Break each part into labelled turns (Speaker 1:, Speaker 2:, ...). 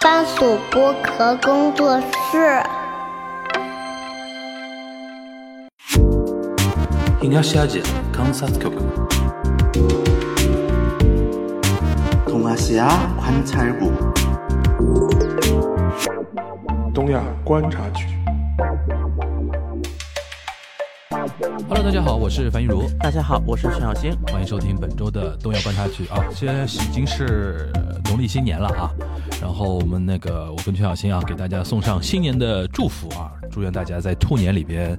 Speaker 1: 番薯剥壳工作室。
Speaker 2: 東アジア観察局
Speaker 3: 동아시아관찰국
Speaker 4: 东亚观察局。
Speaker 5: Hello，大家好，我是樊玉茹，
Speaker 6: 大家好，我是陈小星。
Speaker 5: 欢迎收听本周的东亚观察局啊。现在已经是农历新年了啊，然后我们那个我跟全小新啊，给大家送上新年的祝福啊，祝愿大家在兔年里边。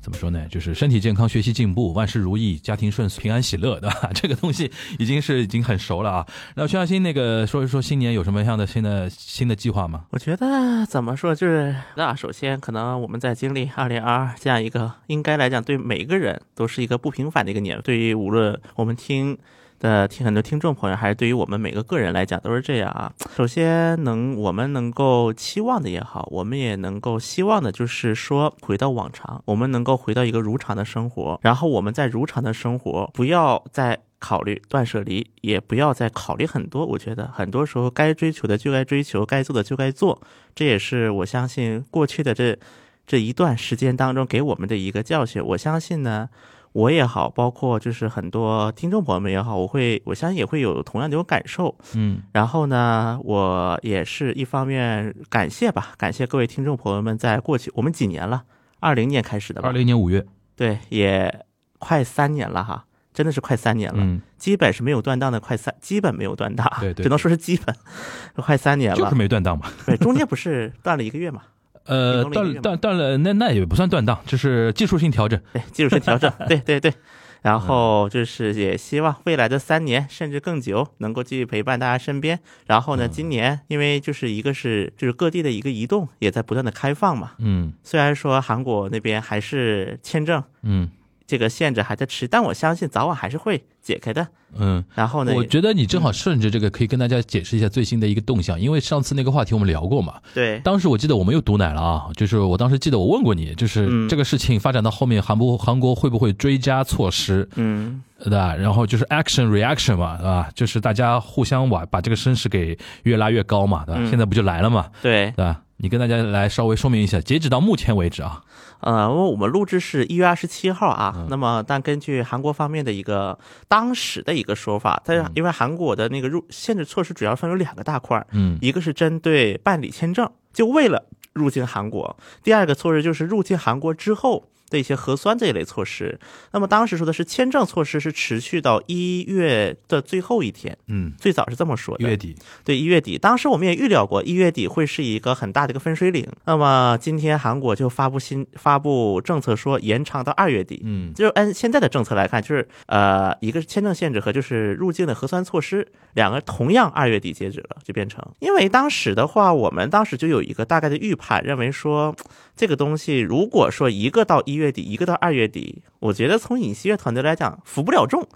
Speaker 5: 怎么说呢？就是身体健康、学习进步、万事如意、家庭顺遂、平安喜乐，对 吧？这个东西已经是已经很熟了啊。那全小新那个说一说新年有什么样的新的新的计划吗？
Speaker 6: 我觉得怎么说，就是那首先可能我们在经历二零二二这样一个，应该来讲对每个人都是一个不平凡的一个年。对于无论我们听的听很多听众朋友，还是对于我们每个个人来讲，都是这样啊。首先能我们能够期望的也好，我们也能够希望的，就是说回到往常，我们能够回到一个如常的生活，然后我们在如常的生活，不要再。考虑断舍离，也不要再考虑很多。我觉得很多时候该追求的就该追求，该做的就该做。这也是我相信过去的这这一段时间当中给我们的一个教训。我相信呢，我也好，包括就是很多听众朋友们也好，我会我相信也会有同样的有感受。
Speaker 5: 嗯，
Speaker 6: 然后呢，我也是一方面感谢吧，感谢各位听众朋友们，在过去我们几年了，二零年开始的吧，
Speaker 5: 二零年五月，
Speaker 6: 对，也快三年了哈，真的是快三年了。
Speaker 5: 嗯，
Speaker 6: 基本是没有断档的，快三，基本没有断档，
Speaker 5: 对对
Speaker 6: 只能说是基本， 快三年了，
Speaker 5: 嗯就是没断档嘛。
Speaker 6: 对，中间不是断了一个月嘛？
Speaker 5: 呃，
Speaker 6: 停
Speaker 5: 断
Speaker 6: 了一个月嘛
Speaker 5: 断断了，那那也不算断档，就是技术性调整。
Speaker 6: 对，技术性调 整，对对对，
Speaker 5: 嗯
Speaker 6: 然后就是也希望未来的三年甚至更久能够继续陪伴大家身边。然后呢，
Speaker 5: 嗯
Speaker 6: 今年因为就是一个是就是各地的一个移动也在不断的开放嘛，
Speaker 5: 嗯
Speaker 6: 虽然说韩国那边还是签证
Speaker 5: 嗯
Speaker 6: 这个限制还在持，但我相信早晚还是会解开的。
Speaker 5: 嗯。
Speaker 6: 然后呢，
Speaker 5: 我
Speaker 6: 也
Speaker 5: 觉得你正好顺着这个，可以跟大家解释一下最新的一个动向，因为上次那个话题我们聊过嘛。
Speaker 6: 对
Speaker 5: 当时我记得我们又毒奶了啊，就是我当时记得我问过你，就是
Speaker 6: 嗯
Speaker 5: 这个事情发展到后面，韩不韩国会不会追加措施，
Speaker 6: 嗯，
Speaker 5: 对吧？然后就是 action reaction 嘛，啊，就是大家互相把把这个声势给越拉越高嘛，对吧？
Speaker 6: 嗯
Speaker 5: 现在不就来了嘛，
Speaker 6: 对，
Speaker 5: 对吧？你跟大家来稍微说明一下，截止到目前为止啊，
Speaker 6: 呃，因为我们录制是一月二十七号啊，
Speaker 5: 嗯
Speaker 6: 那么但根据韩国方面的一个当时的一个说法，但
Speaker 5: 嗯
Speaker 6: 是因为韩国的那个入限制措施主要分为两个大块儿，
Speaker 5: 嗯
Speaker 6: 一个是针对办理签证，就为了入境韩国；第二个措施就是入境韩国之后的一些核酸这一类措施。那么当时说的是签证措施是持续到一月的最后一天，
Speaker 5: 嗯，
Speaker 6: 最早是这么说的。
Speaker 5: 底，
Speaker 6: 对，一月底，当时我们也预料过一月底会是一个很大的一个分水岭。那么今天韩国就发布新发布政策，说延长到二月底。
Speaker 5: 嗯
Speaker 6: 就是按现在的政策来看，就是呃，一个是签证限制和就是入境的核酸措施，两个同样二月底截止了，就变成。因为当时的话，我们当时就有一个大概的预判，认为说这个东西如果说一个到一月底，一个到二月底，我觉得从尹锡悦团队来讲服不了众，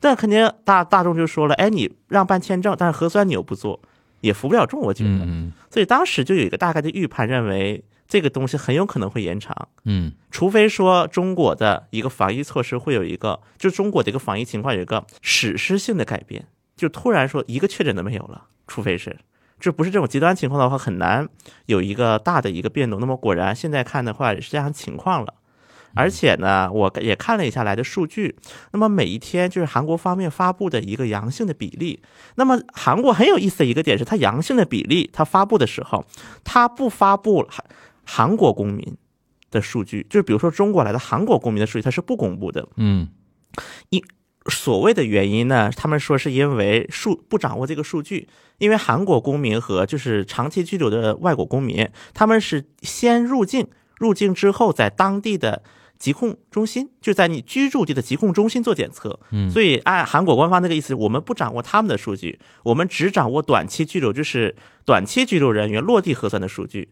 Speaker 6: 但肯定大大众就说了，哎，你让办签证，但是核酸你又不做，也服不了众，我觉得。
Speaker 5: 嗯
Speaker 6: 所以当时就有一个大概的预判，认为这个东西很有可能会延长。
Speaker 5: 嗯
Speaker 6: 除非说中国的一个防疫措施会有一个，就中国的一个防疫情况有一个史诗性的改变，就突然说一个确诊都没有了，除非是，这不是这种极端情况的话，很难有一个大的一个变动。那么果然现在看的话也是这样情况了。而且呢，我也看了一下来的数据，那么每一天就是韩国方面发布的一个阳性的比例。那么韩国很有意思的一个点是，它阳性的比例，它发布的时候，它不发布韩韩国公民的数据，就是比如说中国来的韩国公民的数据，它是不公布的。
Speaker 5: 嗯
Speaker 6: 所谓的原因呢，他们说是因为数不掌握这个数据，因为韩国公民和就是长期居留的外国公民，他们是先入境，入境之后在当地的疾控中心，就在你居住地的疾控中心做检测。
Speaker 5: 嗯
Speaker 6: 所以按韩国官方那个意思，我们不掌握他们的数据，我们只掌握短期居留，就是短期居留人员落地核酸的数据。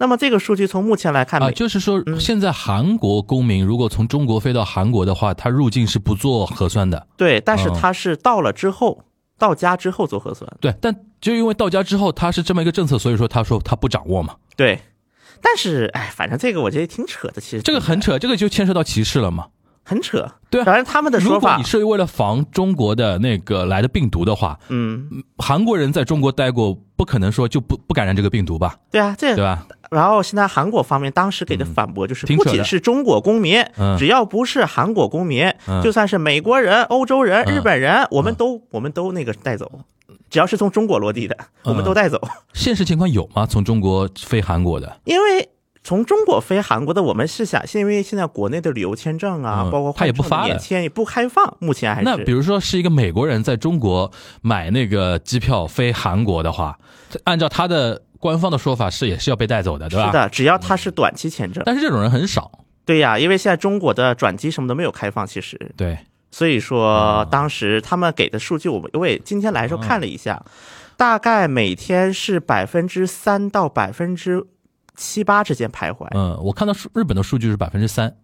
Speaker 6: 那么这个数据从目前来看，
Speaker 5: 啊，
Speaker 6: 每
Speaker 5: 就是说
Speaker 6: 嗯
Speaker 5: 现在韩国公民如果从中国飞到韩国的话，他入境是不做核酸的，
Speaker 6: 对，但是
Speaker 5: 哦
Speaker 6: 他是到了之后，到家之后做核酸。
Speaker 5: 对，但就因为到家之后他是这么一个政策，所以说他说他不掌握嘛，
Speaker 6: 对，但是哎，反正这个我觉得挺扯的，其实
Speaker 5: 这个很扯，这个就牵涉到歧视了嘛。
Speaker 6: 很扯。
Speaker 5: 对啊
Speaker 6: 反正他们的
Speaker 5: 如
Speaker 6: 说
Speaker 5: 果
Speaker 6: 法
Speaker 5: 你，是为了防中国的那个来的病毒的话，
Speaker 6: 嗯，
Speaker 5: 韩国人在中国待过不可能说就不不感染这个病毒吧，
Speaker 6: 对啊，这
Speaker 5: 对吧？
Speaker 6: 然后现在韩国方面当时给的反驳就是，
Speaker 5: 挺
Speaker 6: 不
Speaker 5: 扯的
Speaker 6: 仅是中国公民
Speaker 5: 嗯，
Speaker 6: 只要不是韩国公民
Speaker 5: 嗯，
Speaker 6: 就算是美国人、欧洲人、
Speaker 5: 嗯
Speaker 6: 日本人，我们都我们都那个带走，只要是从中国落地
Speaker 5: 嗯
Speaker 6: 的，我们都带走，
Speaker 5: 现实情况有吗？从中国飞韩国的，
Speaker 6: 因为。从中国飞韩国的，我们是想，是因为现在国内的旅游签证啊，
Speaker 5: 嗯
Speaker 6: 包括
Speaker 5: 他也不
Speaker 6: 换
Speaker 5: 发
Speaker 6: 乘的
Speaker 5: 的
Speaker 6: 免签也不开放，目前还是。
Speaker 5: 那比如说是一个美国人在中国买那个机票飞韩国的话，按照他的官方的说法是也是要被带走的，对吧？嗯
Speaker 6: 是。的，只要他是短期签证，
Speaker 5: 但是这种人很少，
Speaker 6: 对呀、因为现在中国的转机什么都没有开放，其实，
Speaker 5: 对，
Speaker 6: 所以
Speaker 5: 啊
Speaker 6: 说当时他们给的数据，我们我也今天来的时候看了一下，大概每天是百分之三到百分之七八之间徘徊。
Speaker 5: 嗯，我看到数日本的数据是百分之三，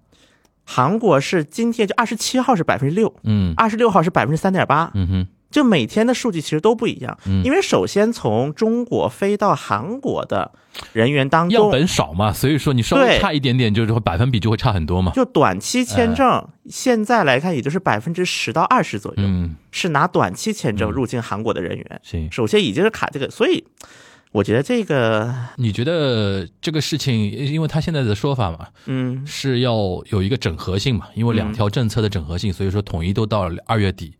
Speaker 6: 韩国是今天就二十七号是百分之六，
Speaker 5: 嗯
Speaker 6: 二十六号是百分之三点八，
Speaker 5: 嗯哼，
Speaker 6: 就每天的数据其实都不一样。因为首先从中国飞到韩国的人员当
Speaker 5: 样
Speaker 6: 中，
Speaker 5: 本少嘛，所以说你稍微
Speaker 6: 对
Speaker 5: 差一点点，就是说百分比就会差很多嘛，
Speaker 6: 就短期签
Speaker 5: 哎
Speaker 6: 证，现在来看也就是百分之十到二十左右，
Speaker 5: 嗯，
Speaker 6: 是拿短期签证入境韩国的人员。
Speaker 5: 行。
Speaker 6: 首先已经是卡这个，所以我觉得这个，
Speaker 5: 你觉得这个事情，因为他现在的说法嘛，
Speaker 6: 嗯，
Speaker 5: 是要有一个整合性嘛，因为两条政策的整合性，所以说统一都到了二月底。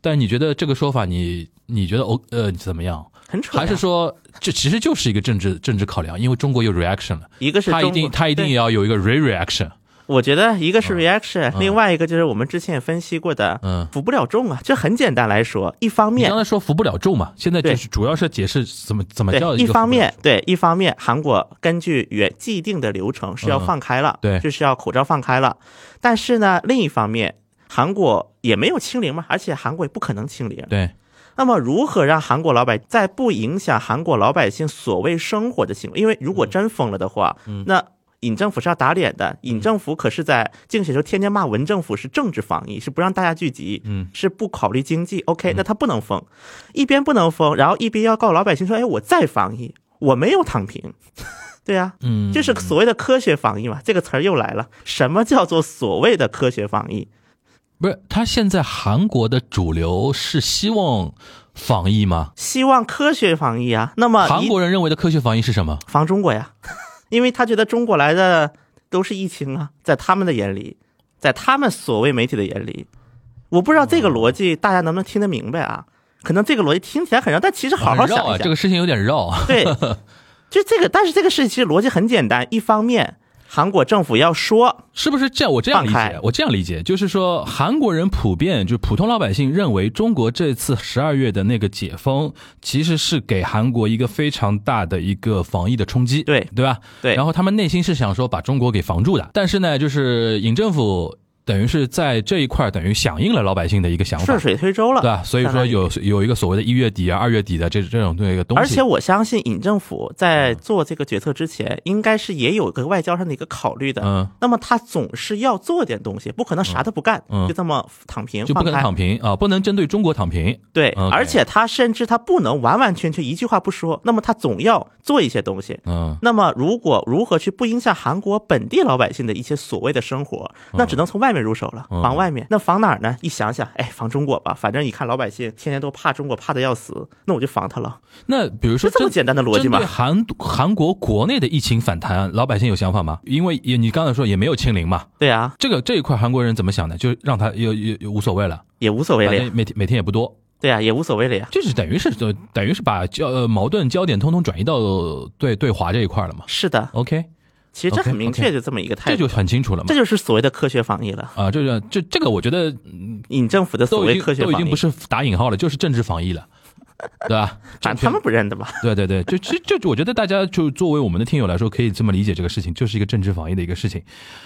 Speaker 5: 但你觉得这个说法你，你觉得哦呃怎么样？
Speaker 6: 很扯呀。
Speaker 5: 还是说这其实就是一个政治政治考量？因为中国有 reaction 了，
Speaker 6: 一个是
Speaker 5: 他一
Speaker 6: 中
Speaker 5: 定
Speaker 6: 国
Speaker 5: 他一定
Speaker 6: 对
Speaker 5: 要有一个 re reaction。
Speaker 6: 我觉得一个是 reaction，、
Speaker 5: 嗯
Speaker 6: 另外一个就是我们之前也分析过的，
Speaker 5: 嗯
Speaker 6: 服不了众啊。这很简单来说，一方
Speaker 5: 你
Speaker 6: 面
Speaker 5: 刚才说服不了众嘛，现在就
Speaker 6: 对
Speaker 5: 是主要是解释怎么怎么叫
Speaker 6: 对，
Speaker 5: 一
Speaker 6: 一
Speaker 5: 个
Speaker 6: 方
Speaker 5: 服不了
Speaker 6: 面对，一方面韩国根据原既定的流程是要
Speaker 5: 嗯
Speaker 6: 放开了，
Speaker 5: 对
Speaker 6: 就是要口罩放开了。但是呢，另一方面，韩国也没有清零嘛，而且韩国也不可能清零。
Speaker 5: 对
Speaker 6: 那么，如何让韩国老百在不影响韩国老百姓所谓生活的情况？因为如果真封了的话，
Speaker 5: 嗯
Speaker 6: 那尹政府是要打脸的。尹政府可是在竞选时候天天骂文政府是政治防疫，是不让大家聚集，
Speaker 5: 嗯，
Speaker 6: 是不考虑经济。OK，那他不能封，一边不能封，然后一边要告老百姓说：“哎，我在防疫，我没有躺平。” 对呀、
Speaker 5: 嗯
Speaker 6: 这是所谓的科学防疫嘛？这个词儿又来了。什么叫做所谓的科学防疫？
Speaker 5: 不是他现在韩国的主流是希望防疫吗？
Speaker 6: 希望科学防疫啊。那么
Speaker 5: 韩
Speaker 6: 一
Speaker 5: 国人认为的科学防疫是什么？
Speaker 6: 防中国呀， 因为他觉得中国来的都是疫情啊，在他们的眼里，在他们所谓媒体的眼里，我不知道这个逻
Speaker 5: 哦
Speaker 6: 辑大家能不能听得明白啊？可能这个逻辑听起来很绕，但其实好好
Speaker 5: 很
Speaker 6: 想
Speaker 5: 绕
Speaker 6: 一
Speaker 5: 啊，
Speaker 6: 下，
Speaker 5: 这个事情有点绕啊。
Speaker 6: 对， 就这个，但是这个事情其实逻辑很简单，一方面韩国政府要说，
Speaker 5: 是不是这样？我这样理
Speaker 6: 放
Speaker 5: 解
Speaker 6: 开，
Speaker 5: 我这样理解，就是说韩国人普遍就普通老百姓认为，中国这次十二月的那个解封，其实是给韩国一个非常大的一个防疫的冲击，
Speaker 6: 对
Speaker 5: 对吧？
Speaker 6: 对
Speaker 5: 然后他们内心是想说把中国给防住的，但是呢，就是尹政府等于是在这一块儿等于响应了老百姓的一个想法
Speaker 6: 顺，水推舟了，
Speaker 5: 对啊吧？所以
Speaker 6: 相
Speaker 5: 说
Speaker 6: 当于
Speaker 5: 有有一个所谓的一月底啊、二月底的这这种这个东西，嗯
Speaker 6: 而且我相信尹政府在做这个决策之前，应该是也有一个外交上的一个考虑的。
Speaker 5: 嗯，
Speaker 6: 那么他总是要做点东西，不可能啥都不干，
Speaker 5: 嗯嗯
Speaker 6: 就这么躺平
Speaker 5: 就不可能
Speaker 6: 放开
Speaker 5: 躺平啊，不能针对中国躺平，
Speaker 6: 对，
Speaker 5: OK
Speaker 6: 而且他甚至他不能完完全全一句话不说，那么他总要做一些东西。
Speaker 5: 嗯。
Speaker 6: 那么，如果如何去不影响韩国本地老百姓的一些所谓的生活，那只能从外面入手了，
Speaker 5: 嗯
Speaker 6: 防外面。那防哪儿呢？一想想，哎，防中国吧，反正一看老百姓天天都怕中国，怕的要死，那我就防他了。
Speaker 5: 那比如说
Speaker 6: 就这么
Speaker 5: 针
Speaker 6: 简单的逻辑
Speaker 5: 针
Speaker 6: 嘛
Speaker 5: 对韩韩国国内的疫情反弹，老百姓有想法吗？因为也你刚才说也没有清零嘛，
Speaker 6: 对啊，
Speaker 5: 这个这一块韩国人怎么想的？就让他也也也无所谓了，
Speaker 6: 也无所谓
Speaker 5: 反
Speaker 6: 了呀，
Speaker 5: 正每天每天也不多，
Speaker 6: 对啊，也无所谓了呀。
Speaker 5: 就是等于是就等于是把焦呃矛盾焦点通通转移到对对华这一块了嘛。
Speaker 6: 是的，
Speaker 5: OK，
Speaker 6: 其实这
Speaker 5: OK，
Speaker 6: 很明
Speaker 5: OK
Speaker 6: 确，就这么一个态
Speaker 5: 这
Speaker 6: 度，
Speaker 5: 就很清楚了嘛
Speaker 6: 这。就是所谓的科学防疫了。
Speaker 5: 啊，这个这这个我觉得
Speaker 6: 尹政府的所
Speaker 5: 都已
Speaker 6: 谓
Speaker 5: 经
Speaker 6: 科学
Speaker 5: 都已
Speaker 6: 防
Speaker 5: 经
Speaker 6: 疫啊
Speaker 5: 不，是打引号了，就是政治防疫了，对吧？
Speaker 6: 反正他们不认的吧？
Speaker 5: 对对对，就其实就我觉得大家就作为我们的听友来说，可以这么理解这个事情，就是一个政治防疫的一个事情。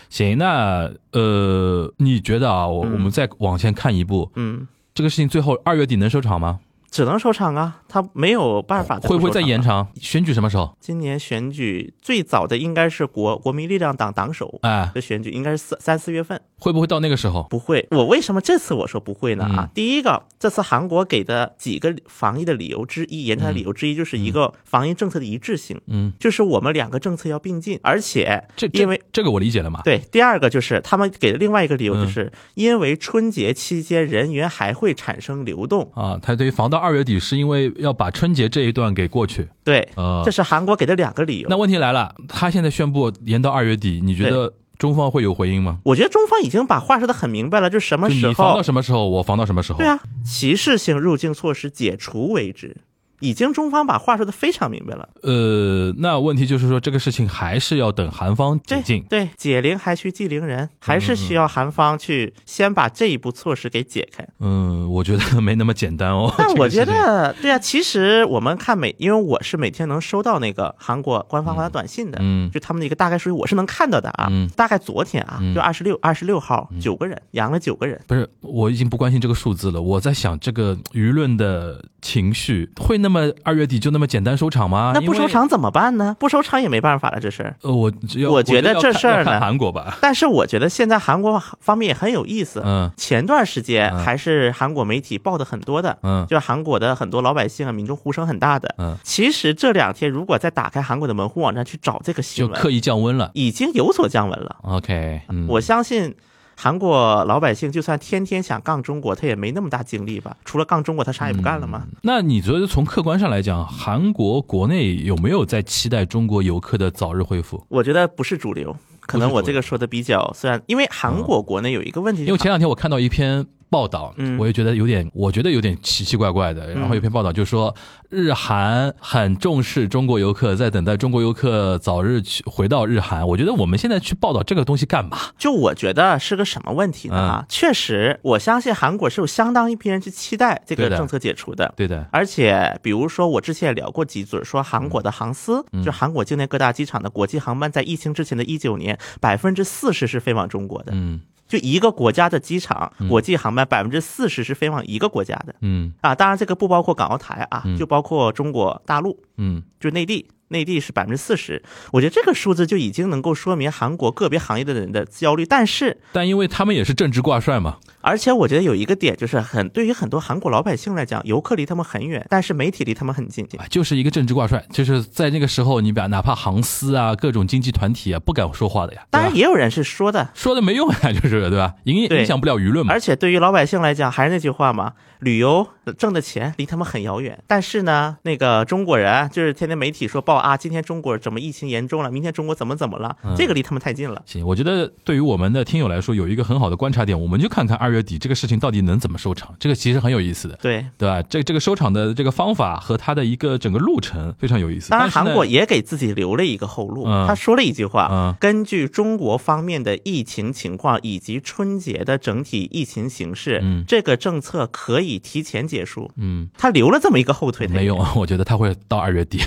Speaker 5: 行，那呃，你觉得啊，我我们再往前看一步，
Speaker 6: 嗯，
Speaker 5: 这个事情最后二月底能收场吗？
Speaker 6: 只能收场啊，他没有办法。
Speaker 5: 会不会再延
Speaker 6: 长？
Speaker 5: 长？选举什么时候？
Speaker 6: 啊今年选举最早的应该是国国民力量党党首
Speaker 5: 哎，
Speaker 6: 的选举，应该是四三四月份。
Speaker 5: 会不会到那个时候？
Speaker 6: 不会，我为什么这次我说不会呢？
Speaker 5: 嗯
Speaker 6: 啊，第一个，这次韩国给的几个防疫的理由之一，延长的理由之一就是一个防疫政策的一致性，
Speaker 5: 嗯，
Speaker 6: 就是我们两个政策要并进，而且
Speaker 5: 这这嗯
Speaker 6: 因为
Speaker 5: 这个我理解了嘛。
Speaker 6: 对，第二个就是他们给的另外一个理由，就是因为春节期间人员还会产生流动，
Speaker 5: 啊，它对于防到二月底是因为要把春节这一段给过去。
Speaker 6: 对，
Speaker 5: 呃
Speaker 6: 这是韩国给的两个理由。
Speaker 5: 那问题来了，他现在宣布延到二月底，你觉得中方会有回应吗？
Speaker 6: 我觉得中方已经把话说的很明白了，就是什么
Speaker 5: 就
Speaker 6: 时
Speaker 5: 你防
Speaker 6: 候
Speaker 5: 到什么时候，我防到什么时候。
Speaker 6: 对啊，歧视性入境措施解除为止，已经中方把话说的非常明白了。
Speaker 5: 呃，那问题就是说，这个事情还是要等韩方
Speaker 6: 对
Speaker 5: 解禁。
Speaker 6: 对，解铃还需系铃人，还是需要韩方去先把这一步措施给解开。
Speaker 5: 嗯，我觉得没那么简单哦。
Speaker 6: 但我觉
Speaker 5: 这个事情，
Speaker 6: 得，对啊，其实我们看每，因为我是每天能收到那个韩国官方发的短信的，
Speaker 5: 嗯
Speaker 6: 就他们的一个大概数据，我是能看到的啊。
Speaker 5: 嗯
Speaker 6: 大概昨天啊，
Speaker 5: 嗯
Speaker 6: 就二十六二十六号，九个人阳了九个人，
Speaker 5: 不是，我已经不关心这个数字了。我在想，这个舆论的情绪会那么二月底就那么简单收场吗？
Speaker 6: 那不
Speaker 5: 因
Speaker 6: 收
Speaker 5: 为。
Speaker 6: 场怎么办呢？啊不收场也没办法了，这事儿。
Speaker 5: 呃，我要
Speaker 6: 我觉
Speaker 5: 觉
Speaker 6: 得
Speaker 5: 要
Speaker 6: 这
Speaker 5: 看
Speaker 6: 事儿
Speaker 5: 要看
Speaker 6: 呢
Speaker 5: 韩国吧。
Speaker 6: 但是我觉得现在韩国方面也很有意思。
Speaker 5: 嗯
Speaker 6: 前段时间
Speaker 5: 嗯
Speaker 6: 还是韩国媒体报的很多的，
Speaker 5: 嗯
Speaker 6: 就是韩国的很多老百姓啊，民众呼声很大的。
Speaker 5: 嗯，
Speaker 6: 其实这两天如果再打开韩国的门户网站去找这个新
Speaker 5: 就刻
Speaker 6: 闻，
Speaker 5: 意降温了。
Speaker 6: 已经有所降温了。
Speaker 5: OK，嗯，
Speaker 6: 我相信韩国老百姓就算天天想杠中国，他也没那么大精力吧？除了杠中国，他啥也不干了嘛。
Speaker 5: 那你觉得从客观上来讲，韩国国内有没有在期待中国游客的早日恢复？
Speaker 6: 我觉得不是主流，可
Speaker 5: 不是主流
Speaker 6: 能
Speaker 5: 嗯
Speaker 6: 我这个说的比较虽然，因为韩国国内有一个问题
Speaker 5: 因为
Speaker 6: 是
Speaker 5: 前两天我看到一篇报道，
Speaker 6: 嗯
Speaker 5: 我也觉得有点，我觉得有点奇奇怪怪的。然后有篇报道就说，日韩很重视中国游客，在等待中国游客早日去回到日韩。我觉得我们现在去报道这个东西干嘛？
Speaker 6: 就我觉得是个什么问题呢？啊，
Speaker 5: 嗯
Speaker 6: 确实，我相信韩国是有相当一批人去期待这个
Speaker 5: 对的
Speaker 6: 政策解除的。
Speaker 5: 对的，
Speaker 6: 而且，比如说，我之前也聊过几嘴，说韩国的航司，
Speaker 5: 嗯
Speaker 6: 就韩国境内各大机场的国际航班，在疫情之前的一九年，百分之四十是飞往中国的。
Speaker 5: 嗯
Speaker 6: 就一个国家的机场，国际航班百分之四十是飞往一个国家的
Speaker 5: 嗯
Speaker 6: 啊。当然，这个不包括港澳台啊
Speaker 5: 嗯，
Speaker 6: 就包括中国大陆，
Speaker 5: 嗯，
Speaker 6: 就内地，内地是百分之四十。我觉得这个数字就已经能够说明韩国个别行业的人的焦虑。但是，
Speaker 5: 但因为他们也是政治挂帅嘛，
Speaker 6: 而且我觉得有一个点就是很，对于很多韩国老百姓来讲，游客离他们很远，但是媒体离他们很近。
Speaker 5: 哎就是一个政治挂帅，就是在那个时候，你把哪怕航司啊、各种经济团体啊不敢说话的呀，
Speaker 6: 当
Speaker 5: 对吧
Speaker 6: 然，也有人是说的，
Speaker 5: 说的没用啊，就是对吧？影
Speaker 6: 对
Speaker 5: 影响不了舆论嘛
Speaker 6: 而。且对于老百姓来讲，还是那句话嘛，旅游挣的钱离他们很遥远。但是呢，那个中国人就是天天媒体说报啊，今天中国怎么疫情严重了，明天中国怎么怎么了，这个离他们太近了。
Speaker 5: 行，我觉得对于我们的听友来说，有一个很好的观察点，我们就看看二月底这个事情到底能怎么收场，这个其实很有意思的，
Speaker 6: 对，
Speaker 5: 对吧？这这个收场的这个方法和它的一个整个路程非常有意思。
Speaker 6: 当然
Speaker 5: 但是
Speaker 6: 韩
Speaker 5: 呢
Speaker 6: 国也给自己留了一个后路，
Speaker 5: 嗯
Speaker 6: 他说了一句
Speaker 5: 嗯
Speaker 6: 话，根据中国方面的疫情情况以及春节的整体疫情形势
Speaker 5: 嗯，
Speaker 6: 这个政策可以提前结束。
Speaker 5: 嗯
Speaker 6: 他留了这么一个后腿，
Speaker 5: 没用，我觉得他会到二月底。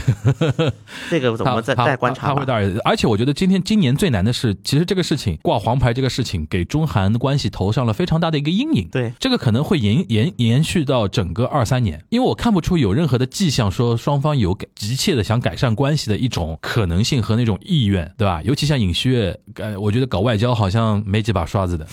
Speaker 6: 这个我
Speaker 5: 他
Speaker 6: 们再
Speaker 5: 他
Speaker 6: 再观察
Speaker 5: 他
Speaker 6: 吧
Speaker 5: 会。到二月底。而且我觉得今天今年最难的是，其实这个事情挂黄牌这个事情给中韩关系投上了非常大的一个阴影。
Speaker 6: 对
Speaker 5: 这个可能会延延延续到整个二三年，因为我看不出有任何的迹象说双方有改急切的想改善关系的一种可能性和那种意愿，对吧？尤其像尹锡悦，呃，我觉得搞外交好像没几把刷子的，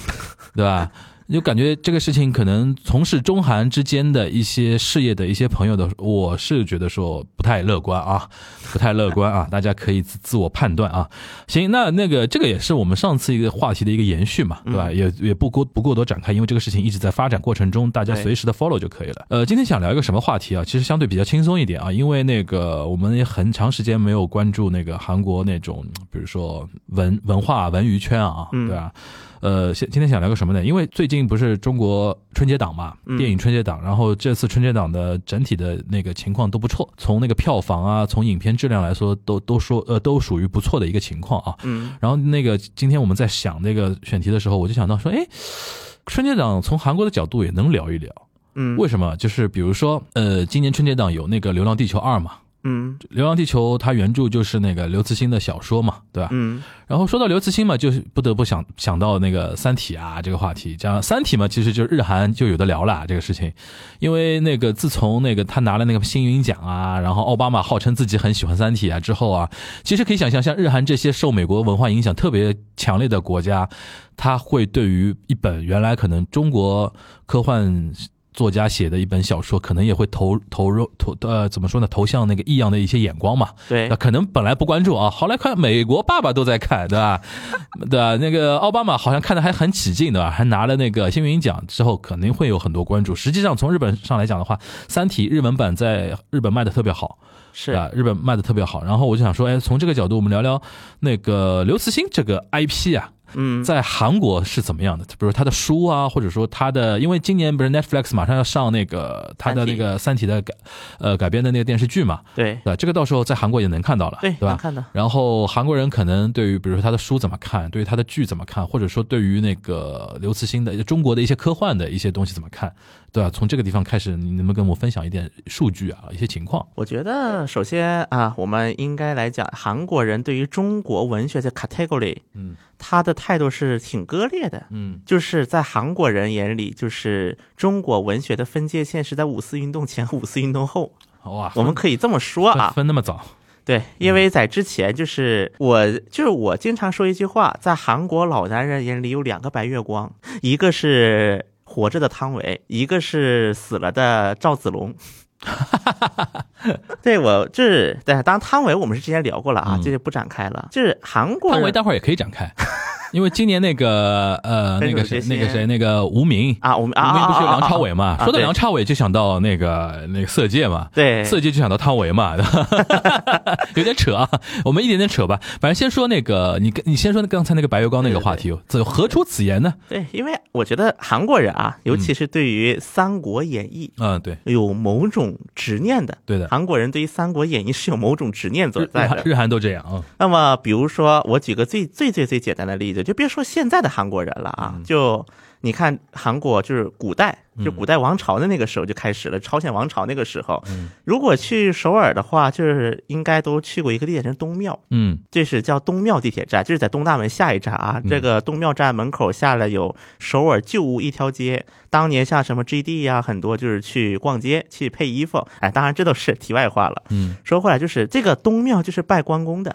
Speaker 5: 对吧？就感觉这个事情可能从事中韩之间的一些事业的一些朋友的，我是觉得说不太乐观啊，不太乐观啊，大家可以自自我判断啊。行，那那个这个也是我们上次一个话题的一个延续嘛，对吧？也也不过不过多展开，因为这个事情一直在发展过程中，大家
Speaker 6: 对
Speaker 5: 随时的 follow 就可以了。呃，今天想聊一个什么话题啊？其实相对比较轻松一点啊，因为那个我们也很长时间没有关注那个韩国那种，比如说文文化文娱圈啊，
Speaker 6: 嗯
Speaker 5: 对吧？呃，现今天想聊个什么呢？因为最近不是中国春节档嘛，
Speaker 6: 嗯
Speaker 5: 电影春节档，然后这次春节档的整体的那个情况都不错，从那个票房啊，从影片质量来说，都都说呃都属于不错的一个情况啊。
Speaker 6: 嗯，
Speaker 5: 然后那个今天我们在想那个选题的时候，我就想到说，哎，春节档从韩国的角度也能聊一聊，
Speaker 6: 嗯
Speaker 5: 为什么？就是比如说，呃，今年春节档有那个《流浪地球二》嘛，
Speaker 6: 嗯
Speaker 5: 《流浪地球》它原著就是那个刘慈欣的小说嘛，对吧？
Speaker 6: 嗯，
Speaker 5: 然后说到刘慈欣嘛，就是不得不想想到那个《三体》啊这个话题。这样，《三体》嘛，其实就是日韩就有的聊了这个事情，因为那个自从那个他拿了那个星云奖啊，然后奥巴马号称自己很喜欢《三体》啊之后啊，其实可以想象，像日韩这些受美国文化影响特别强烈的国家，它会对于一本原来可能中国科幻。作家写的一本小说，可能也会投投入投呃怎么说呢，投向那个异样的一些眼光嘛。
Speaker 6: 对
Speaker 5: 那，可能本来不关注啊，后来看美国爸爸都在看，对吧？ 对吧？那个奥巴马好像看的还很起劲，对吧？还拿了那个新云奖之后，肯定会有很多关注。实际上，从日本上来讲的话，《三体》日文版在日本卖的特别好，
Speaker 6: 是
Speaker 5: 对吧？日本卖的特别好。然后我就想说，哎，从这个角度，我们聊聊那个刘慈欣这个 IP 啊，
Speaker 6: 嗯，
Speaker 5: 在韩国是怎么样的？比如他的书啊，或者说他的，因为今年不是 Netflix 马上要上那个他的那个《三体》的改呃改编的那个电视剧嘛，
Speaker 6: 对
Speaker 5: 对吧？这个到时候在韩国也能看到了，
Speaker 6: 对，
Speaker 5: 啊吧
Speaker 6: 能？看的，
Speaker 5: 然后韩国人可能对于比如说他的书怎么看，对于他的剧怎么看，或者说对于那个刘慈欣的中国的一些科幻的一些东西怎么看，对吧？从这个地方开始，你能不能跟我分享一点数据啊，一些情况？
Speaker 6: 我觉得首先啊，我们应该来讲韩国人对于中国文学的 category，
Speaker 5: 嗯
Speaker 6: 他的态度是挺割裂的。
Speaker 5: 嗯，
Speaker 6: 就是在韩国人眼里，就是中国文学的分界线是在五四运动前、五四运动 后，
Speaker 5: 哇，
Speaker 6: 啊我们可以这么说
Speaker 5: 分
Speaker 6: 啊。
Speaker 5: 分那么早，
Speaker 6: 对，因为在之前，就是我，就是我经常说一句话，在韩国老男人眼里有两个白月光，一个是活着的汤唯，一个是死了的赵子龙。对，我就是对，当然汤唯我们是之前聊过了啊，
Speaker 5: 嗯
Speaker 6: 这就不展开了。就是韩国
Speaker 5: 范围
Speaker 6: 人
Speaker 5: 待会儿也可以展开，因为今年那个 呃那个谁那个谁那个吴明。
Speaker 6: 啊，我们啊
Speaker 5: 吴
Speaker 6: 啊
Speaker 5: 明
Speaker 6: 啊
Speaker 5: 不是有
Speaker 6: 啊
Speaker 5: 梁朝伟
Speaker 6: 啊
Speaker 5: 嘛？
Speaker 6: 啊
Speaker 5: 说到
Speaker 6: 对
Speaker 5: 梁朝伟就想到那个那个《色戒》嘛，
Speaker 6: 对
Speaker 5: 色戒就想到汤唯嘛， 有点扯啊。我们一点点扯吧，反正先说那个，你跟你先说刚才那个白月光那个话题，怎何出此言呢？
Speaker 6: 对，因为我觉得韩国人啊，尤其是对于《三国演义
Speaker 5: 嗯，对》
Speaker 6: 有某种执念的。
Speaker 5: 对的，
Speaker 6: 韩国人对于《三国演义》是有某种执念所
Speaker 5: 日
Speaker 6: 在
Speaker 5: 韩
Speaker 6: 的。
Speaker 5: 日韩都这样啊。
Speaker 6: 那么，比如说，我举个最最最最简单的例子，就别说现在的韩国人了
Speaker 5: 嗯
Speaker 6: 啊，就你看韩国就是古代，就古代王朝的那个时候就开始了，朝鲜王朝那个时候，
Speaker 5: 嗯
Speaker 6: 如果去首尔的话，就是应该都去过一个地铁站东庙，
Speaker 5: 嗯
Speaker 6: 这是叫东庙地铁站，这是在东大门下一站啊。这个东庙站门口下来有首尔旧屋一条街，当年像什么 GD 呀、很多就是去逛街去配衣服，哎，当然这都是题外话了。
Speaker 5: 嗯
Speaker 6: 说回来，就是这个东庙就是拜关公的，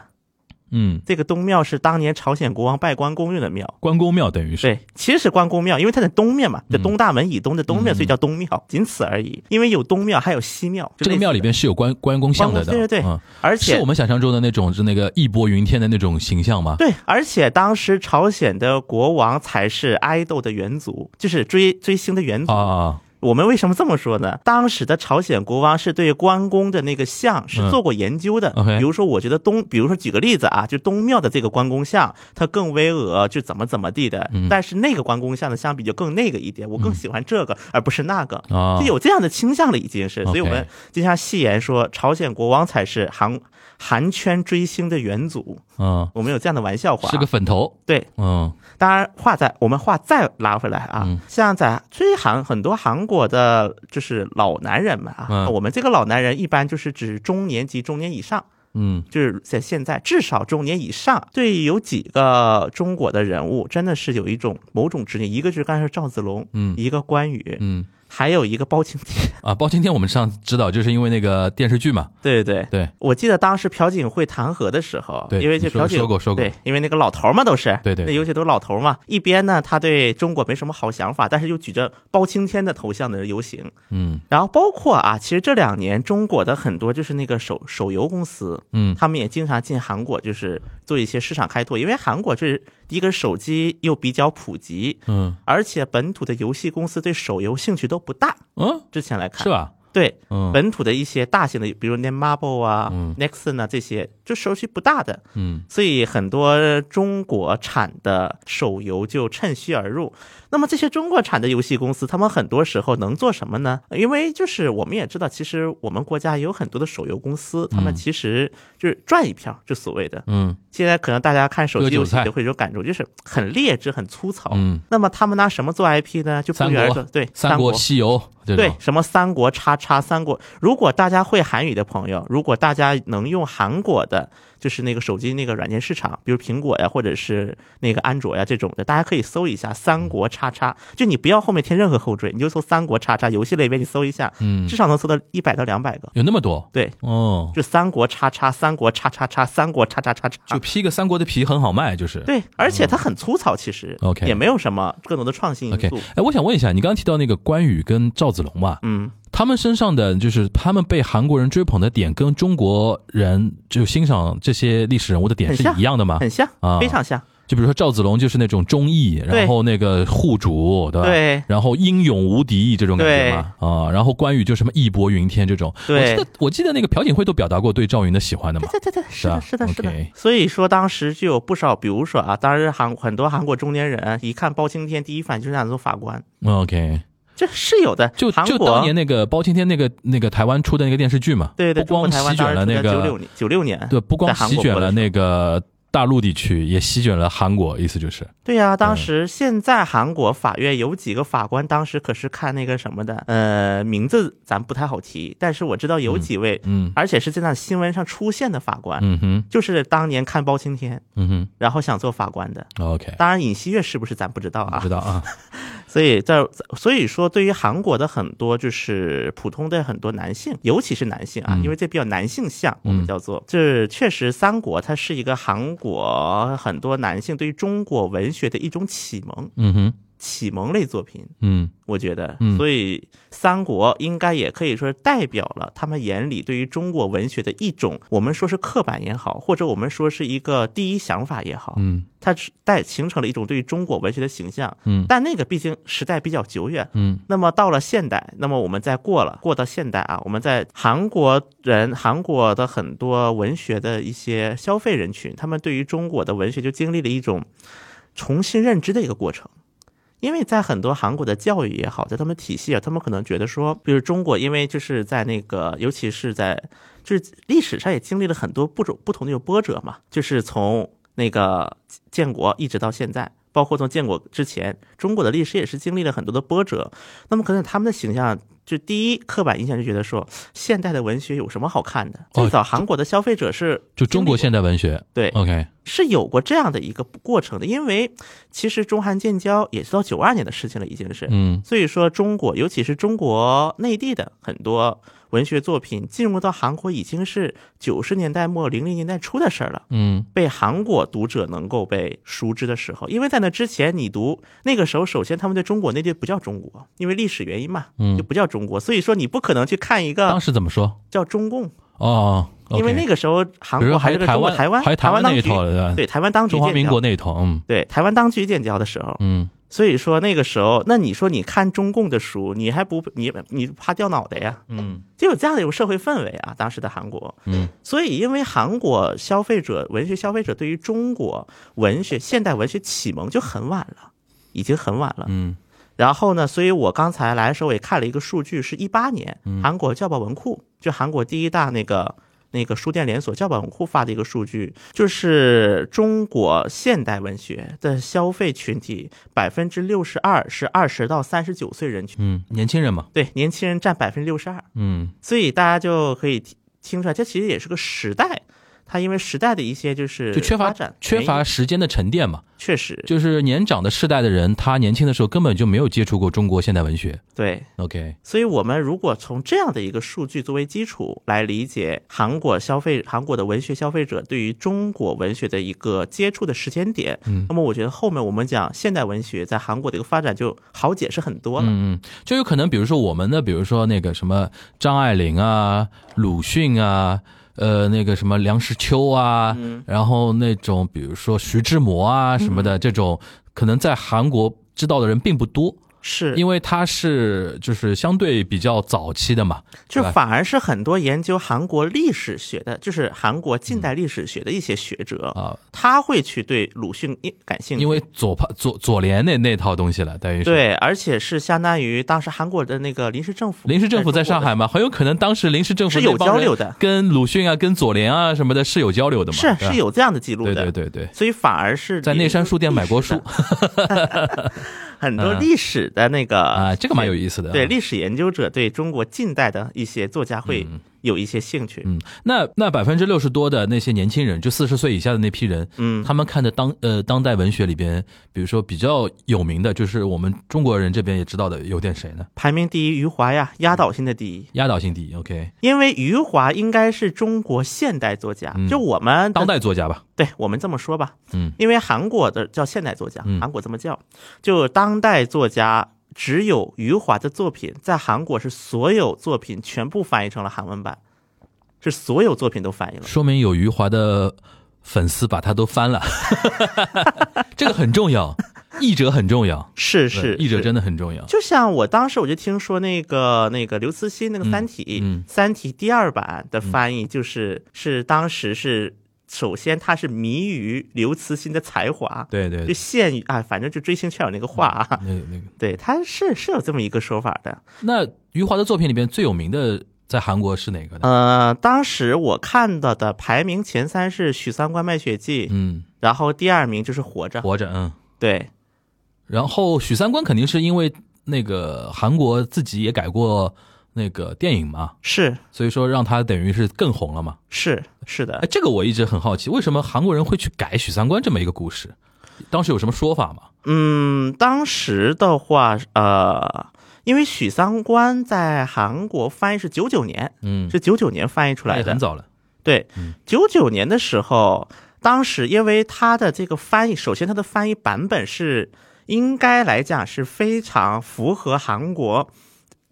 Speaker 5: 嗯，
Speaker 6: 这个东庙是当年朝鲜国王拜关公用的庙。
Speaker 5: 关公庙等于是
Speaker 6: 对，其实是关公庙，因为它在东面嘛，在东大门以东的东面，
Speaker 5: 嗯
Speaker 6: 所以叫东庙，仅此而已。因为有东庙，还有西庙，就
Speaker 5: 这个
Speaker 6: 类似
Speaker 5: 庙
Speaker 6: 的
Speaker 5: 里，边是有关关公像的的，
Speaker 6: 关公对对对
Speaker 5: 嗯
Speaker 6: 而且
Speaker 5: 是我们想象中的那种是那个义薄云天的那种形象吗？
Speaker 6: 对，而且当时朝鲜的国王才是爱豆的元祖，就是追追星的元祖。
Speaker 5: 啊啊，
Speaker 6: 我们为什么这么说呢？当时的朝鲜国王是对关公的那个像是做过研究的。
Speaker 5: 嗯，OK
Speaker 6: 比如说，我觉得东，比如说举个例子啊，就东庙的这个关公像，它更巍峨，就怎么怎么地的。
Speaker 5: 嗯
Speaker 6: 但是那个关公像的相比就更那个一点，我更喜欢这个、而不是那个。
Speaker 5: 啊
Speaker 6: 就有这样的倾向了，已经是。所以我
Speaker 5: OK
Speaker 6: 们经常戏言说，朝鲜国王才是韩韩圈追星的元祖。
Speaker 5: 嗯，
Speaker 6: 我们有这样的玩笑话啊。
Speaker 5: 是个粉头，
Speaker 6: 对，
Speaker 5: 嗯
Speaker 6: 当然话在我们话再拉回来啊，
Speaker 5: 嗯
Speaker 6: 像在追韩很多韩国的，就是老男人们啊，
Speaker 5: 嗯
Speaker 6: 我们这个老男人一般就是指中年及中年以上。
Speaker 5: 嗯
Speaker 6: 就是在现在，至少中年以上，对有几个中国的人物，真的是有一种某种执念。一个就是刚才说赵子龙，
Speaker 5: 嗯
Speaker 6: 一个关羽，
Speaker 5: 嗯
Speaker 6: 还有一个包青天。
Speaker 5: 啊，包青天我们上次知道就是因为那个电视剧嘛，
Speaker 6: 对对对，
Speaker 5: 对
Speaker 6: 我记得当时朴槿惠弹劾的时候，
Speaker 5: 对
Speaker 6: 因为就
Speaker 5: 你说
Speaker 6: 朴槿
Speaker 5: 说过说过
Speaker 6: 对，因为那个老头儿嘛都是，
Speaker 5: 对对
Speaker 6: 那尤其都是老头儿嘛。一边呢，他对中国没什么好想法，但是又举着包青天的头像的游行。
Speaker 5: 嗯
Speaker 6: 然后包括啊，其实这两年中国的很多就是那个手手游公司，
Speaker 5: 嗯
Speaker 6: 他们也经常进韩国，就是做一些市场开拓，因为韩国就是第一个手机又比较普及，
Speaker 5: 嗯
Speaker 6: 而且本土的游戏公司对手游兴趣都不大。
Speaker 5: 嗯，
Speaker 6: 之前来看
Speaker 5: 是吧？
Speaker 6: 对，
Speaker 5: 嗯
Speaker 6: 本土的一些大型的，比如 n e Marble 啊、
Speaker 5: 嗯
Speaker 6: Nexon 啊这些，就手续不大的，
Speaker 5: 嗯
Speaker 6: 所以很多中国产的手游就趁虚而入。那么这些中国产的游戏公司，他们很多时候能做什么呢？因为就是我们也知道，其实我们国家也有很多的手游公司，他们其实就是赚一票，就所谓的。
Speaker 5: 嗯
Speaker 6: 现在可能大家看手机游戏
Speaker 5: 割韭菜
Speaker 6: 就会有种感触，就是很劣质、很粗糙。
Speaker 5: 嗯，
Speaker 6: 那么他们拿什么做 IP 呢？就不约
Speaker 5: 三
Speaker 6: 而
Speaker 5: 国
Speaker 6: 同，对，
Speaker 5: 三国西游这
Speaker 6: 对
Speaker 5: 种，，
Speaker 6: 什么三国叉叉三国。如果大家会韩语的朋友，如果大家能用韩国的的，就是那个手机那个软件市场，比如苹果呀，或者是那个安卓呀这种的，大家可以搜一下“三国叉叉”，就你不要后面添任何后缀，你就搜“三国叉叉”游戏类别，你搜一下，
Speaker 5: 嗯
Speaker 6: 至，少能搜到一百到两百个。
Speaker 5: 有那么多
Speaker 6: 对，
Speaker 5: 哦，
Speaker 6: 就三国叉叉，三国叉叉叉，三国叉叉叉叉
Speaker 5: 就。披个三国的皮很好卖，就是。
Speaker 6: 对，而且它很粗糙，其实
Speaker 5: OK
Speaker 6: 也没有什么更多的创新因
Speaker 5: OK，
Speaker 6: 素。
Speaker 5: 哎，我想问一下，你刚刚提到那个关羽跟赵子龙嘛，
Speaker 6: 嗯，
Speaker 5: 他们身上的就是他们被韩国人追捧的点，跟中国人就欣赏这些历史人物的点
Speaker 6: 很
Speaker 5: 是
Speaker 6: 像
Speaker 5: 一样的吗？
Speaker 6: 很像
Speaker 5: 啊，
Speaker 6: 非常像。
Speaker 5: 就比如说赵子龙就是那种忠义，然后那个护主，对吧？
Speaker 6: 对
Speaker 5: 然后英勇无敌这种感觉嘛，啊、然后关羽就什么义薄云天这种。
Speaker 6: 对
Speaker 5: 我记得我记得那个朴槿惠都表达过对赵云的喜欢的嘛。
Speaker 6: 对对对，是
Speaker 5: 啊
Speaker 6: 的，是的，是的
Speaker 5: OK。
Speaker 6: 所以说当时就有不少，比如说啊，当时韩很多韩国中年人啊一看包青天，第一反应就是想做法官，
Speaker 5: OK，
Speaker 6: 这是有的。
Speaker 5: 就
Speaker 6: 韩
Speaker 5: 就当
Speaker 6: 国啊
Speaker 5: 年那个包青天那个那个台湾出的那个电视剧嘛，
Speaker 6: 对对，
Speaker 5: 不光席卷了那
Speaker 6: 九六
Speaker 5: 个，
Speaker 6: 年，九六年
Speaker 5: 对，不光
Speaker 6: 在韩
Speaker 5: 席
Speaker 6: 国
Speaker 5: 卷
Speaker 6: 播的
Speaker 5: 了
Speaker 6: 时候
Speaker 5: 那个大陆地区，也席卷了韩国，意思就是，
Speaker 6: 对呀、当时现在韩国法院有几个法官，当时可是看那个什么的，呃，名字咱不太好提，但是我知道有几位，
Speaker 5: 嗯
Speaker 6: 而且是在那新闻上出现的法官，
Speaker 5: 嗯哼，
Speaker 6: 就是当年看包青天，
Speaker 5: 嗯
Speaker 6: 然后想做法官的。
Speaker 5: 哼，OK，
Speaker 6: 当然，尹锡悦是不是咱不知道啊？
Speaker 5: 知道啊，
Speaker 6: 所以在所以说，对于韩国的很多就是普通的很多男性，尤其是男性啊，
Speaker 5: 嗯
Speaker 6: 因为这比较男性向，我
Speaker 5: 嗯
Speaker 6: 们叫做，这确实三国它是一个韩国很多男性对于中国文学的一种启蒙，
Speaker 5: 嗯哼，
Speaker 6: 启蒙类作品。
Speaker 5: 嗯
Speaker 6: 我觉得
Speaker 5: 嗯，
Speaker 6: 所以三国应该也可以说是代表了他们眼里对于中国文学的一种，我们说是刻板也好，或者我们说是一个第一想法也好，
Speaker 5: 嗯
Speaker 6: 它是带形成了一种对于中国文学的形象。
Speaker 5: 嗯
Speaker 6: 但那个毕竟时代比较久远，
Speaker 5: 嗯
Speaker 6: 那么到了现代，那么我们再过了过到现代啊，我们在韩国人、韩国的很多文学的一些消费人群，他们对于中国的文学就经历了一种重新认知的一个过程。因为在很多韩国的教育也好，在他们体系啊，他们可能觉得说，比如中国，因为就是在那个，尤其是在就是历史上也经历了很多不种不同的有波折嘛，就是从那个建国一直到现在，包括从建国之前，中国的历史也是经历了很多的波折。那么可能他们的形象，就第一刻板印象就觉得说，现代的文学有什么好看的？
Speaker 5: 哦
Speaker 6: 最早韩国的消费者是
Speaker 5: 就中国现
Speaker 6: 代
Speaker 5: 代文学
Speaker 6: 对
Speaker 5: ，OK，
Speaker 6: 是有过这样的一个过程的，因为其实中韩建交也是到九二年的事情了，已经是。
Speaker 5: 嗯
Speaker 6: 所以说，中国尤其是中国内地的很多文学作品进入到韩国，已经是九十年代末零零年代初的事儿了。
Speaker 5: 嗯
Speaker 6: 被韩国读者能够被熟知的时候，因为在那之前，你读那个时候，首先他们对中国内地不叫中国，因为历史原因嘛，
Speaker 5: 嗯
Speaker 6: 就不叫中国，所以说你不可能去看一
Speaker 5: 当
Speaker 6: 个
Speaker 5: 时怎么说？
Speaker 6: 叫中共，
Speaker 5: 哦，
Speaker 6: 呃因为那
Speaker 5: 个
Speaker 6: 个时候韩
Speaker 5: 比如说
Speaker 6: 国还是
Speaker 5: 有
Speaker 6: 个
Speaker 5: 台
Speaker 6: 中国
Speaker 5: 湾，
Speaker 6: 台湾
Speaker 5: 还有台
Speaker 6: 湾
Speaker 5: 那
Speaker 6: 当
Speaker 5: 一
Speaker 6: 局
Speaker 5: 头的，
Speaker 6: 对台湾当局
Speaker 5: 中华
Speaker 6: 建
Speaker 5: 民
Speaker 6: 交
Speaker 5: 国那一头，嗯
Speaker 6: 对台湾当局建交的时候，
Speaker 5: 嗯
Speaker 6: 所以说那个时候，那你说你看中共的书，你还不你你怕掉脑袋呀？
Speaker 5: 嗯
Speaker 6: 就有这样的一种社会氛围啊，当时的韩国，
Speaker 5: 嗯，
Speaker 6: 所以因为韩国消费者、文学消费者对于中国文学、现代文学启蒙就很晚了，已经很晚了。
Speaker 5: 嗯
Speaker 6: 然后呢，所以我刚才来的时候也看了一个数据，是一八年
Speaker 5: 嗯
Speaker 6: 韩国教保文库，就韩国第一大那个那个书店连锁教保文库发的一个数据，就是中国现代文学的消费群体百分之六十二是二十到三十九岁人群，
Speaker 5: 嗯，年轻人嘛，
Speaker 6: 对，年轻人占百分之六十二。
Speaker 5: 嗯
Speaker 6: 所以大家就可以听听出来，这其实也是个时代，它因为时代的一些就是
Speaker 5: 就缺
Speaker 6: 发
Speaker 5: 乏
Speaker 6: 展
Speaker 5: 缺乏
Speaker 6: 原因
Speaker 5: 时间的沉淀嘛，
Speaker 6: 确实
Speaker 5: 就是年长的世代的人，他年轻的时候根本就没有接触过中国现代文学
Speaker 6: 对。
Speaker 5: ，OK，
Speaker 6: 所以，我们如果从这样的一个数据作为基础来理解韩国消费、韩国的文学消费者对于中国文学的一个接触的时间点，
Speaker 5: 嗯
Speaker 6: 那么我觉得后面我们讲现代文学在韩国的一个发展就好解释很多了。
Speaker 5: 嗯嗯，就有可能，比如说我们的，比如说那个什么张爱玲啊、鲁迅啊，呃，那个什么梁实秋啊，
Speaker 6: 嗯
Speaker 5: 然后那种比如说徐志摩啊什么的，这种可能在韩国知道的人并不多，
Speaker 6: 是
Speaker 5: 因为他是就是相对比较早期的嘛。
Speaker 6: 就
Speaker 5: 对吧
Speaker 6: 反而是很多研究韩国历史学的，就是韩国近代历史学的一些学者
Speaker 5: 嗯啊，
Speaker 6: 他会去对鲁迅一感兴趣，
Speaker 5: 因为左派左左联那那套东西了，等于是。
Speaker 6: 对，而且是相当于当时韩国的那个临时政府，
Speaker 5: 临时政府在上海嘛，很有可能当时临时政府
Speaker 6: 哎是有
Speaker 5: 那帮人
Speaker 6: 交流的
Speaker 5: 跟鲁迅啊、跟左联啊什么的是有交流的嘛，
Speaker 6: 是
Speaker 5: 对吧
Speaker 6: 是有这样的记录
Speaker 5: 对
Speaker 6: 的，
Speaker 5: 对对对，
Speaker 6: 所以反而是
Speaker 5: 在内山书店买过 书嗯
Speaker 6: 历史的，很多历史的那个
Speaker 5: 啊，这个蛮有意思的啊，
Speaker 6: 对历史研究者对中国近代的一些作家会有一些兴趣。
Speaker 5: 嗯，那那百分之六十多的那些年轻人，就四十岁以下的那批人，
Speaker 6: 嗯
Speaker 5: 他们看的当呃当代文学里边，比如说比较有名的，就是我们中国人这边也知道的，有点谁呢？
Speaker 6: 排名第一，余华呀，压倒性的第一。
Speaker 5: 压倒性第一，OK，
Speaker 6: 因为余华应该是中国现代作家，
Speaker 5: 嗯
Speaker 6: 就我们
Speaker 5: 当代作家 吧，
Speaker 6: 对我们这么说吧，
Speaker 5: 嗯，
Speaker 6: 因为韩国的叫现代作家
Speaker 5: 嗯，
Speaker 6: 韩国这么叫，就当代作家只有余华的作品在韩国是所有作品全部翻译成了韩文版，是所有作品都翻译了。
Speaker 5: 说明有余华的粉丝把他都翻了， 这个很重要，译者很重要，
Speaker 6: 是
Speaker 5: 对
Speaker 6: 是，
Speaker 5: 译者
Speaker 6: 是
Speaker 5: 真的很重要，
Speaker 6: 就像我当时我就听说那个那个刘慈欣那个《三体》
Speaker 5: 嗯嗯
Speaker 6: 三体》第二版的翻译就是、是当时是首先他是迷于刘慈欣的才华，
Speaker 5: 对对
Speaker 6: 就
Speaker 5: 对，
Speaker 6: 陷于啊，反正就追星圈有那个话啊，
Speaker 5: 那个那个，
Speaker 6: 对，他是是有这么一个说法的。
Speaker 5: 那余华的作品里边最有名的在韩国是哪个呢？
Speaker 6: 呃，当时我看到的排名前三是《许三观卖血记》
Speaker 5: 嗯，
Speaker 6: 然后第二名就是《活着》，
Speaker 5: 活着，嗯。
Speaker 6: 对，
Speaker 5: 然后许三观肯定是因为那个韩国自己也改过那个电影嘛，
Speaker 6: 是
Speaker 5: 所以说让他等于是更红了嘛。
Speaker 6: 是是的
Speaker 5: 哎，，这个我一直很好奇，为什么韩国人会去改许三观这么一个故事？当时有什么说法吗？
Speaker 6: 嗯，当时的话，呃，因为许三观在韩国翻译是九九年，
Speaker 5: 嗯，
Speaker 6: 是九九年翻译出
Speaker 5: 那
Speaker 6: 来
Speaker 5: 也
Speaker 6: 的。
Speaker 5: 很早了。
Speaker 6: 对，九九年的时候，当时因为它的这个翻译，首先它的翻译版本是应该来讲是非常符合韩国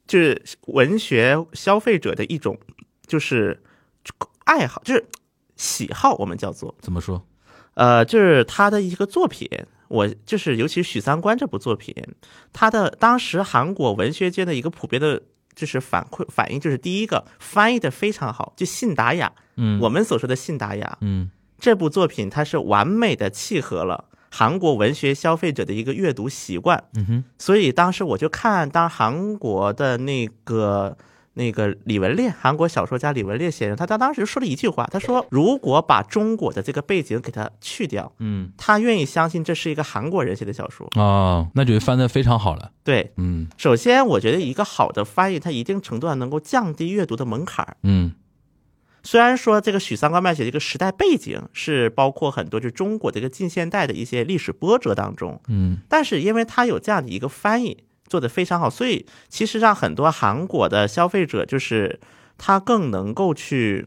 Speaker 6: 就是文学消费者的一种就是爱好，就是喜好，我们叫做。
Speaker 5: 怎么说？
Speaker 6: 呃，就是他的一个作品，我就是尤其许三观这部作品，他的当时韩国文学界的一个普遍的。就是反馈反应，就是第一个翻译的非常好，就信达雅，
Speaker 5: 嗯，
Speaker 6: 我们所说的信达雅
Speaker 5: 嗯
Speaker 6: 这部作品，它是完美的契合了韩国文学消费者的一个阅读习惯，
Speaker 5: 嗯哼
Speaker 6: 所以当时我就看当韩国的那个那个李文烈，韩国小说家李文烈先生，他他当时说了一句话，他说如果把中国的这个背景给它去掉，
Speaker 5: 嗯
Speaker 6: 他愿意相信这是一个韩国人写的小说。
Speaker 5: 哦，那就翻的非常好了。
Speaker 6: 对，
Speaker 5: 嗯
Speaker 6: 首先我觉得一个好的翻译，它一定程度上能够降低阅读的门槛儿。
Speaker 5: 嗯
Speaker 6: 虽然说这个许三观卖血这个时代背景是包括很多就是中国这个近现代的一些历史波折当中，
Speaker 5: 嗯
Speaker 6: 但是因为它有这样的一个翻译做得非常好，所以其实让很多韩国的消费者就是他更能够去，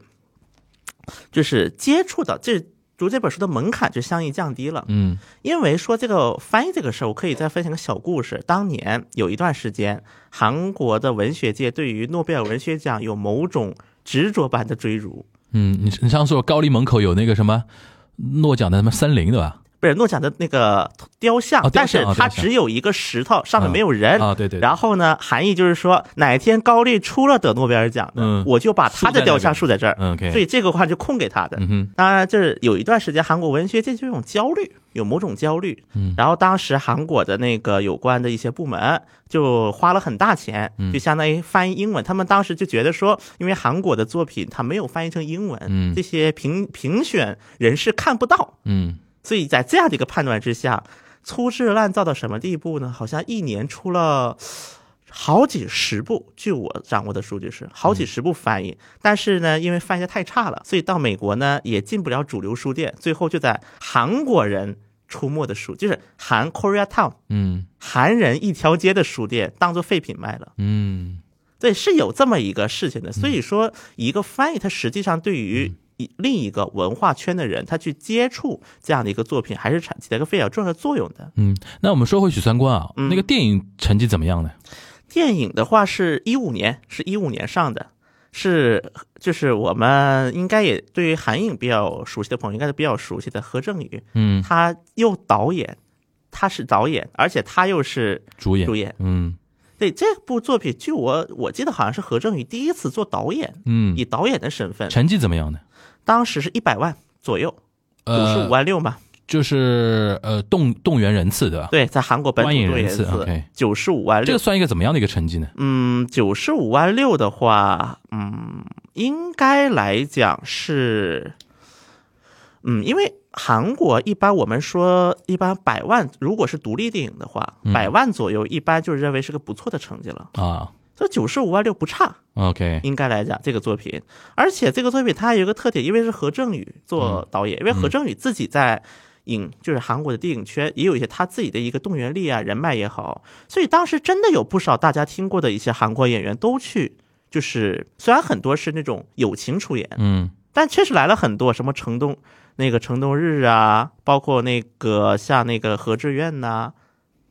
Speaker 6: 就是接触到这读这本书的门槛就相应降低了。
Speaker 5: 嗯
Speaker 6: 因为说这个翻译这个事儿，我可以再分享个小故事。当年有一段时间，韩国的文学界对于诺贝尔文学奖有某种执着般的追逐，
Speaker 5: 嗯，你你上次说高丽门口有那个什么诺奖的什么森林对吧？
Speaker 6: 不是诺奖的那个雕像，
Speaker 5: 哦雕
Speaker 6: 但
Speaker 5: 像
Speaker 6: 是
Speaker 5: 啊
Speaker 6: 它
Speaker 5: 雕像
Speaker 6: 只有一个石头，上面没有人。
Speaker 5: 啊，对对，对
Speaker 6: 哎然后呢，含义就是说，哪天高丽出了得诺贝尔奖的，
Speaker 5: 嗯
Speaker 6: 我就把他的雕像竖在这儿，
Speaker 5: 嗯，OK，
Speaker 6: 所以这个话就空给他的。
Speaker 5: 嗯哼
Speaker 6: 当然，就是有一段时间韩国文学界就有一种焦虑，有某种焦虑。
Speaker 5: 嗯
Speaker 6: 然后当时韩国的那个有关的一些部门就花了很大钱，
Speaker 5: 嗯
Speaker 6: 就相当于翻译英文。他们当时就觉得说，因为韩国的作品它没有翻译成英文，
Speaker 5: 嗯
Speaker 6: 这些评评选人士看不到，
Speaker 5: 嗯
Speaker 6: 所以在这样的一个判断之下，粗制滥造到什么地步呢？好像一年出了。好几十部，据我掌握的数据是好几十部翻译，但是呢，因为翻译的太差了，所以到美国呢也进不了主流书店，最后就在韩国人出没的书，就是韩 Korea Town
Speaker 5: 嗯
Speaker 6: 韩人一条街的书店当做废品卖了。
Speaker 5: 嗯
Speaker 6: 对，是有这么一个事情的。所以说，一个翻译它实际上对于一另一个文化圈的人，他去接触这样的一个作品，还是产起了一个非常重要的作用的。
Speaker 5: 嗯。那我们说回许三观啊，
Speaker 6: 嗯
Speaker 5: 那个电影成绩怎么样呢？
Speaker 6: 电影的话是一五年，是一五年上的，是就是我们应该也对于韩影比较熟悉的朋友，应该是比较熟悉的何正宇，
Speaker 5: 嗯，
Speaker 6: 他又导演，他是导演，而且他又是
Speaker 5: 主演，
Speaker 6: 主演。
Speaker 5: 嗯
Speaker 6: 对这部作品，据我我记得好像是何正宇第一次做导演，
Speaker 5: 嗯
Speaker 6: 以，导演的身份，
Speaker 5: 成绩怎么样呢？
Speaker 6: 当时是一百万左右，五十
Speaker 5: 呃
Speaker 6: 五，万六嘛。
Speaker 5: 就是呃动动员人次对吧？
Speaker 6: 对，在韩国本土
Speaker 5: 观影
Speaker 6: 多
Speaker 5: 人
Speaker 6: 人
Speaker 5: 次
Speaker 6: 次
Speaker 5: ，OK
Speaker 6: 九十五万
Speaker 5: 这
Speaker 6: 六
Speaker 5: 个。算一个怎么样的一个成绩呢？
Speaker 6: 嗯，九十五万六的话，嗯，应该来讲是，嗯，因为韩国一般我们说一般百
Speaker 5: 嗯
Speaker 6: 万，如果是独立电影的话，百万左右一般就认为是个不错的成绩了。
Speaker 5: 啊，
Speaker 6: 这九十五万六不差，
Speaker 5: OK，
Speaker 6: 应该来讲这个作品，而且这个作品它还有一个特点，因为是何正宇做导演，因为何正宇自己在影就是韩国的电影圈也有一些他自己的一个动员力啊、人脉也好，所以当时真的有不少大家听过的一些韩国演员都去，就是虽然很多是那种友情出演，
Speaker 5: 嗯
Speaker 6: 但确实来了很多，什么城东那个城东日啊，包括那个像那个何志远呐、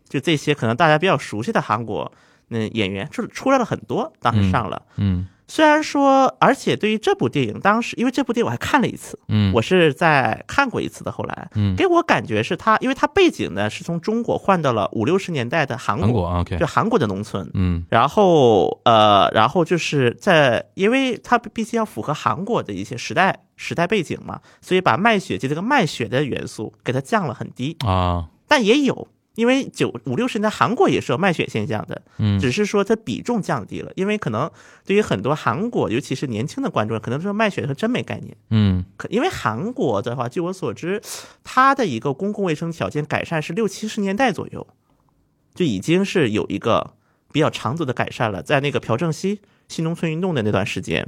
Speaker 6: 就这些可能大家比较熟悉的韩国那演员，就出来了很多，当时上了。
Speaker 5: 嗯
Speaker 6: 虽然说，而且对于这部电影，当时因为这部电影我还看了一次，
Speaker 5: 嗯，
Speaker 6: 我是在看过一次的。后来，
Speaker 5: 嗯
Speaker 6: 给我感觉是它，因为它背景呢是从中国换到了五六十年代的韩
Speaker 5: 韩国
Speaker 6: 国，
Speaker 5: 啊 OK，
Speaker 6: 就韩国的农村。
Speaker 5: 嗯
Speaker 6: 然后，呃，然后就是在，因为它毕竟要符合韩国的一些时代时代背景嘛，所以把卖血记这个卖血的元素给它降了很低，
Speaker 5: 啊
Speaker 6: 但也有，因为九五六十年代韩国也是有卖血现象的，
Speaker 5: 嗯
Speaker 6: 只是说它比重降低了，因为可能对于很多韩国，尤其是年轻的观众，可能说卖血是真没概念。
Speaker 5: 嗯
Speaker 6: 可因为韩国的话，据我所知，它的一个公共卫生条件改善是六七十年代左右，就已经是有一个比较长足的改善了，在那个朴正熙新农村运动的那段时间。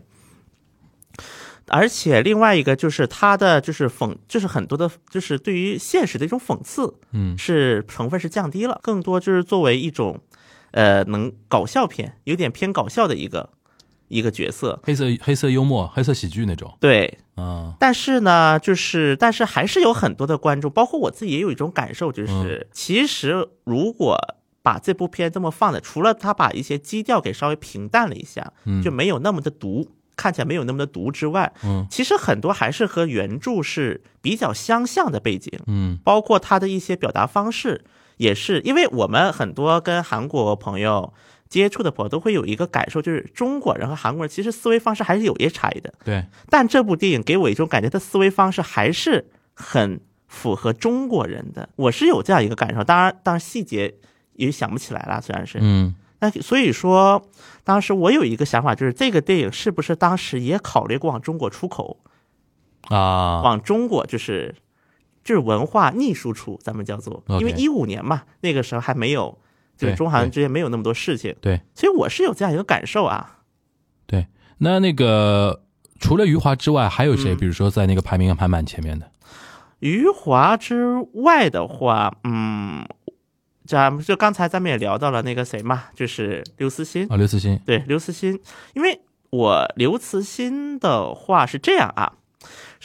Speaker 6: 而且另外一个就是它的就是讽，就是很多的，就是对于现实的一种讽刺，
Speaker 5: 嗯
Speaker 6: 是成分是降低了，更多就是作为一种，呃，能搞笑片，有点偏搞笑的一个一个角色。
Speaker 5: 黑色黑色幽默黑色喜剧那种
Speaker 6: 对，
Speaker 5: 啊
Speaker 6: 但是呢，就是但是还是有很多的观众，包括我自己也有一种感受，就是、其实如果把这部片这么放的，除了他把一些基调给稍微平淡了一下，
Speaker 5: 嗯
Speaker 6: 就没有那么的毒，看起来没有那么的毒之外，
Speaker 5: 嗯
Speaker 6: 其实很多还是和原著是比较相像的背景。
Speaker 5: 嗯
Speaker 6: 包括他的一些表达方式，也是因为我们很多跟韩国朋友接触的朋友都会有一个感受，就是中国人和韩国人其实思维方式还是有些差异的。
Speaker 5: 对
Speaker 6: 但这部电影给我一种感觉，他思维方式还是很符合中国人的，我是有这样一个感受。当然，当然细节也想不起来了，虽然是，
Speaker 5: 嗯
Speaker 6: 那所以说，当时我有一个想法，就是这个电影是不是当时也考虑过往中国出口，
Speaker 5: 啊
Speaker 6: 往中国就是就是文化逆输出，咱们叫做，
Speaker 5: OK
Speaker 6: 因为一五年嘛，那个时候还没有，就
Speaker 5: 对
Speaker 6: 是中韩之间没有那么多事情，
Speaker 5: 对，
Speaker 6: 所以我是有这样一个感受啊。
Speaker 5: 对，那那个除了余华之外，还有谁？
Speaker 6: 嗯
Speaker 5: 比如说在那个排名还蛮前面的，
Speaker 6: 余华之外的话，嗯，咱们就刚才咱们也聊到了那个谁嘛，就是刘慈欣，
Speaker 5: 啊，刘慈欣，
Speaker 6: 对刘慈欣，因为我刘慈欣的话是这样啊，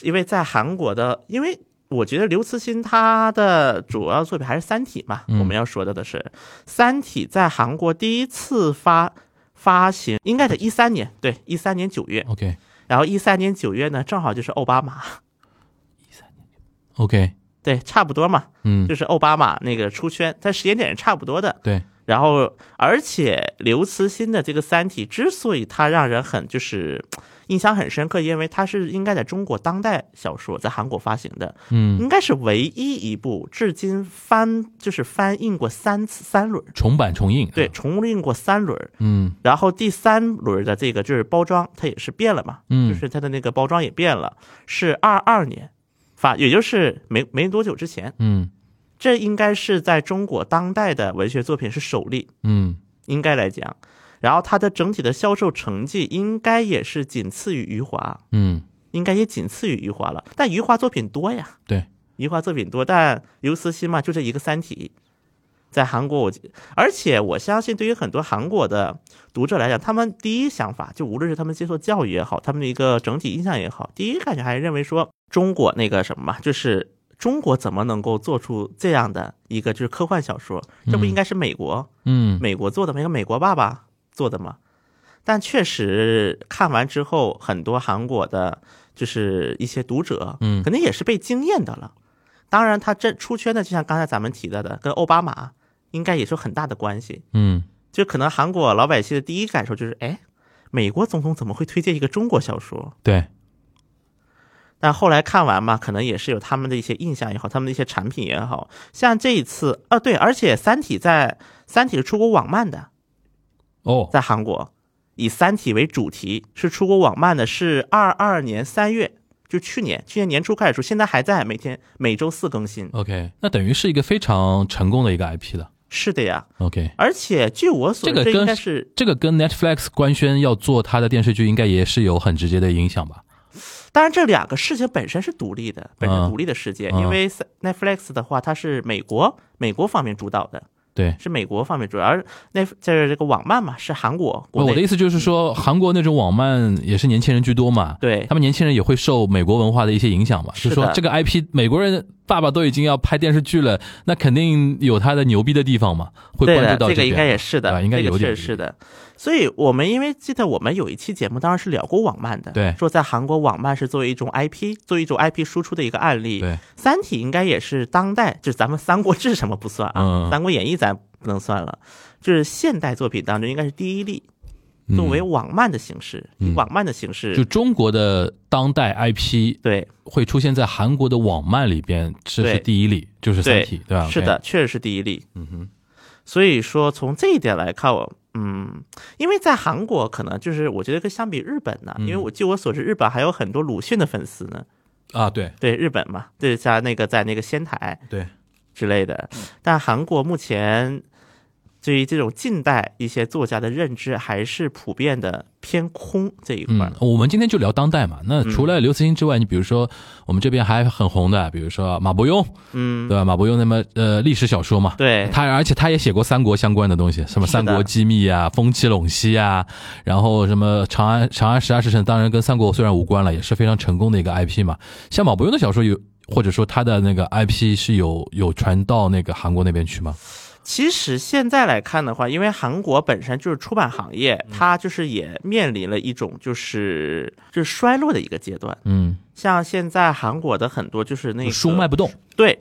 Speaker 6: 因为在韩国的，因为我觉得刘慈欣他的主要作品还是《三体》嘛，
Speaker 5: 嗯
Speaker 6: 我们要说的的是《三体》在韩国第一次发发行，应该在一三年，对，一三年九月，
Speaker 5: OK
Speaker 6: 然后一三年九月呢，正好就是奥巴马，
Speaker 5: OK，
Speaker 6: 对，差不多嘛，
Speaker 5: 嗯
Speaker 6: 就是奥巴马那个出圈，它时间点是差不多的，
Speaker 5: 对，
Speaker 6: 然后，而且刘慈欣的这个《三体》之所以它让人很就是印象很深刻，因为它是应该在中国当代小说在韩国发行的，
Speaker 5: 嗯，
Speaker 6: 应该是唯一一部至今翻就是翻印过三次三轮，
Speaker 5: 重版重印，
Speaker 6: 对，，重印过三轮。
Speaker 5: 嗯
Speaker 6: 然后第三轮的这个就是包装，它也是变了嘛，
Speaker 5: 嗯
Speaker 6: 就是它的那个包装也变了，是二二年发，也就是没没多久之前，
Speaker 5: 嗯
Speaker 6: 这应该是在中国当代的文学作品是首例。
Speaker 5: 嗯
Speaker 6: 应该来讲。然后它的整体的销售成绩应该也是仅次于余华，
Speaker 5: 嗯，
Speaker 6: 应该也仅次于余华了。但余华作品多呀，
Speaker 5: 对，
Speaker 6: 余华作品多，但刘慈欣嘛，就这一个《三体》。在韩国我，而且我相信，对于很多韩国的读者来讲，他们第一想法就无论是他们接受教育也好，他们的一个整体印象也好，第一感觉还是认为说中国那个什么嘛，就是中国怎么能够做出这样的一个就是科幻小说？这不
Speaker 5: 嗯
Speaker 6: 应该是美国
Speaker 5: 嗯
Speaker 6: 美国做的嘛，一个美国爸爸做的嘛。但确实看完之后，很多韩国的，就是一些读者，
Speaker 5: 嗯
Speaker 6: 肯定也是被惊艳的了。当然，他这出圈的，就像刚才咱们提到的，跟奥巴马应该也是有很大的关系。
Speaker 5: 嗯
Speaker 6: 就可能韩国老百姓的第一感受就是，哎，美国总统怎么会推荐一个中国小说？
Speaker 5: 对，
Speaker 6: 但后来看完嘛，可能也是有他们的一些印象也好，他们的一些产品也好，像这一次啊，对，而且《三体》在《三体》是出过网漫的，
Speaker 5: 哦
Speaker 6: 在韩国以《三体》为主题，是出国网漫的，是二二年三月，就去年去年年初开始出，现在还在每天每周四更新。
Speaker 5: ，OK，那等于是一个非常成功的一个 IP 了，
Speaker 6: 是的呀，
Speaker 5: OK，
Speaker 6: 而且据我所
Speaker 5: 这个
Speaker 6: 知，应
Speaker 5: 跟
Speaker 6: 该是
Speaker 5: 这个跟 Netflix 官宣要做它的电视剧，应该也是有很直接的影响吧？
Speaker 6: 当然，这两个事情本身是独立的，本身独立的事件，
Speaker 5: 嗯
Speaker 6: 因为 Sa- Netflix 的话，它是美国美国方面主导的，
Speaker 5: 对，
Speaker 6: 是美国方面主导，而那就是这个网漫嘛，是韩国国
Speaker 5: 哦我的
Speaker 6: 内
Speaker 5: 意思就是说，韩国那种网漫也是年轻人居多嘛，
Speaker 6: 对
Speaker 5: 他们年轻人也会受美国文化的一些影响嘛，
Speaker 6: 是
Speaker 5: 就
Speaker 6: 的
Speaker 5: 说这个 IP 美国人爸爸都已经要拍电视剧了，那肯定有他的牛逼的地方嘛，会
Speaker 6: 对
Speaker 5: 关
Speaker 6: 的，
Speaker 5: 注到
Speaker 6: 这个应该
Speaker 5: 边。
Speaker 6: 也是
Speaker 5: 啊
Speaker 6: 的，
Speaker 5: 应该
Speaker 6: 这个
Speaker 5: 有点
Speaker 6: 确实是的。所以我们因为记得我们有一期节目，当时是聊过网漫的，
Speaker 5: 对
Speaker 6: 说在韩国网漫是作为一种 IP，作为一种 IP 输出的一个案例。
Speaker 5: 对，
Speaker 6: 三体》应该也是当代，就是咱们《三国 志》什么不算啊，
Speaker 5: 嗯
Speaker 6: 三国演义》咱不能算了，就是现代作品当中应该是第一例，
Speaker 5: 嗯
Speaker 6: 作为网漫的形式，以
Speaker 5: 嗯
Speaker 6: 网漫的形式，
Speaker 5: 就中国的当代 IP
Speaker 6: 对
Speaker 5: 会出现在韩国的网漫里边，这是
Speaker 6: 对
Speaker 5: 第一例，就是《三
Speaker 6: 对
Speaker 5: 体》，对吧？
Speaker 6: 是的，确实是第一例。
Speaker 5: 嗯哼，
Speaker 6: 所以说从这一点来看，我嗯，因为在韩国可能就是我觉得跟相比日本呢，
Speaker 5: 嗯
Speaker 6: 因为我据我所知，日本还有很多鲁迅的粉丝呢，
Speaker 5: 啊，对
Speaker 6: 对日本嘛，对在那个在那个仙台
Speaker 5: 对，嗯
Speaker 6: 之类的，但韩国目前。对于这种近代一些作家的认知，还是普遍的偏空这一块儿
Speaker 5: 嗯，。我们今天就聊当代嘛。
Speaker 6: 嗯
Speaker 5: 那除了刘慈欣之外，你比如说我们这边还很红的，比如说马伯庸，
Speaker 6: 嗯，
Speaker 5: 对吧？马伯庸那么呃历史小说嘛，
Speaker 6: 对
Speaker 5: 他而且他也写过三国相关的东西，什么《
Speaker 6: 是的
Speaker 5: 三国机密》啊，《风起陇西》啊，然后什么《长安长安十二时辰》，当然跟三国虽然无关了，也是非常成功的一个 IP 嘛。像马伯庸的小说有，或者说他的那个 IP 是有有传到那个韩国那边去吗？
Speaker 6: 其实现在来看的话，因为韩国本身就是出版行业，
Speaker 5: 嗯
Speaker 6: 它就是也面临了一种就是就是衰落的一个阶段。
Speaker 5: 嗯，
Speaker 6: 像现在韩国的很多就是那个
Speaker 5: 书卖不动，
Speaker 6: 对，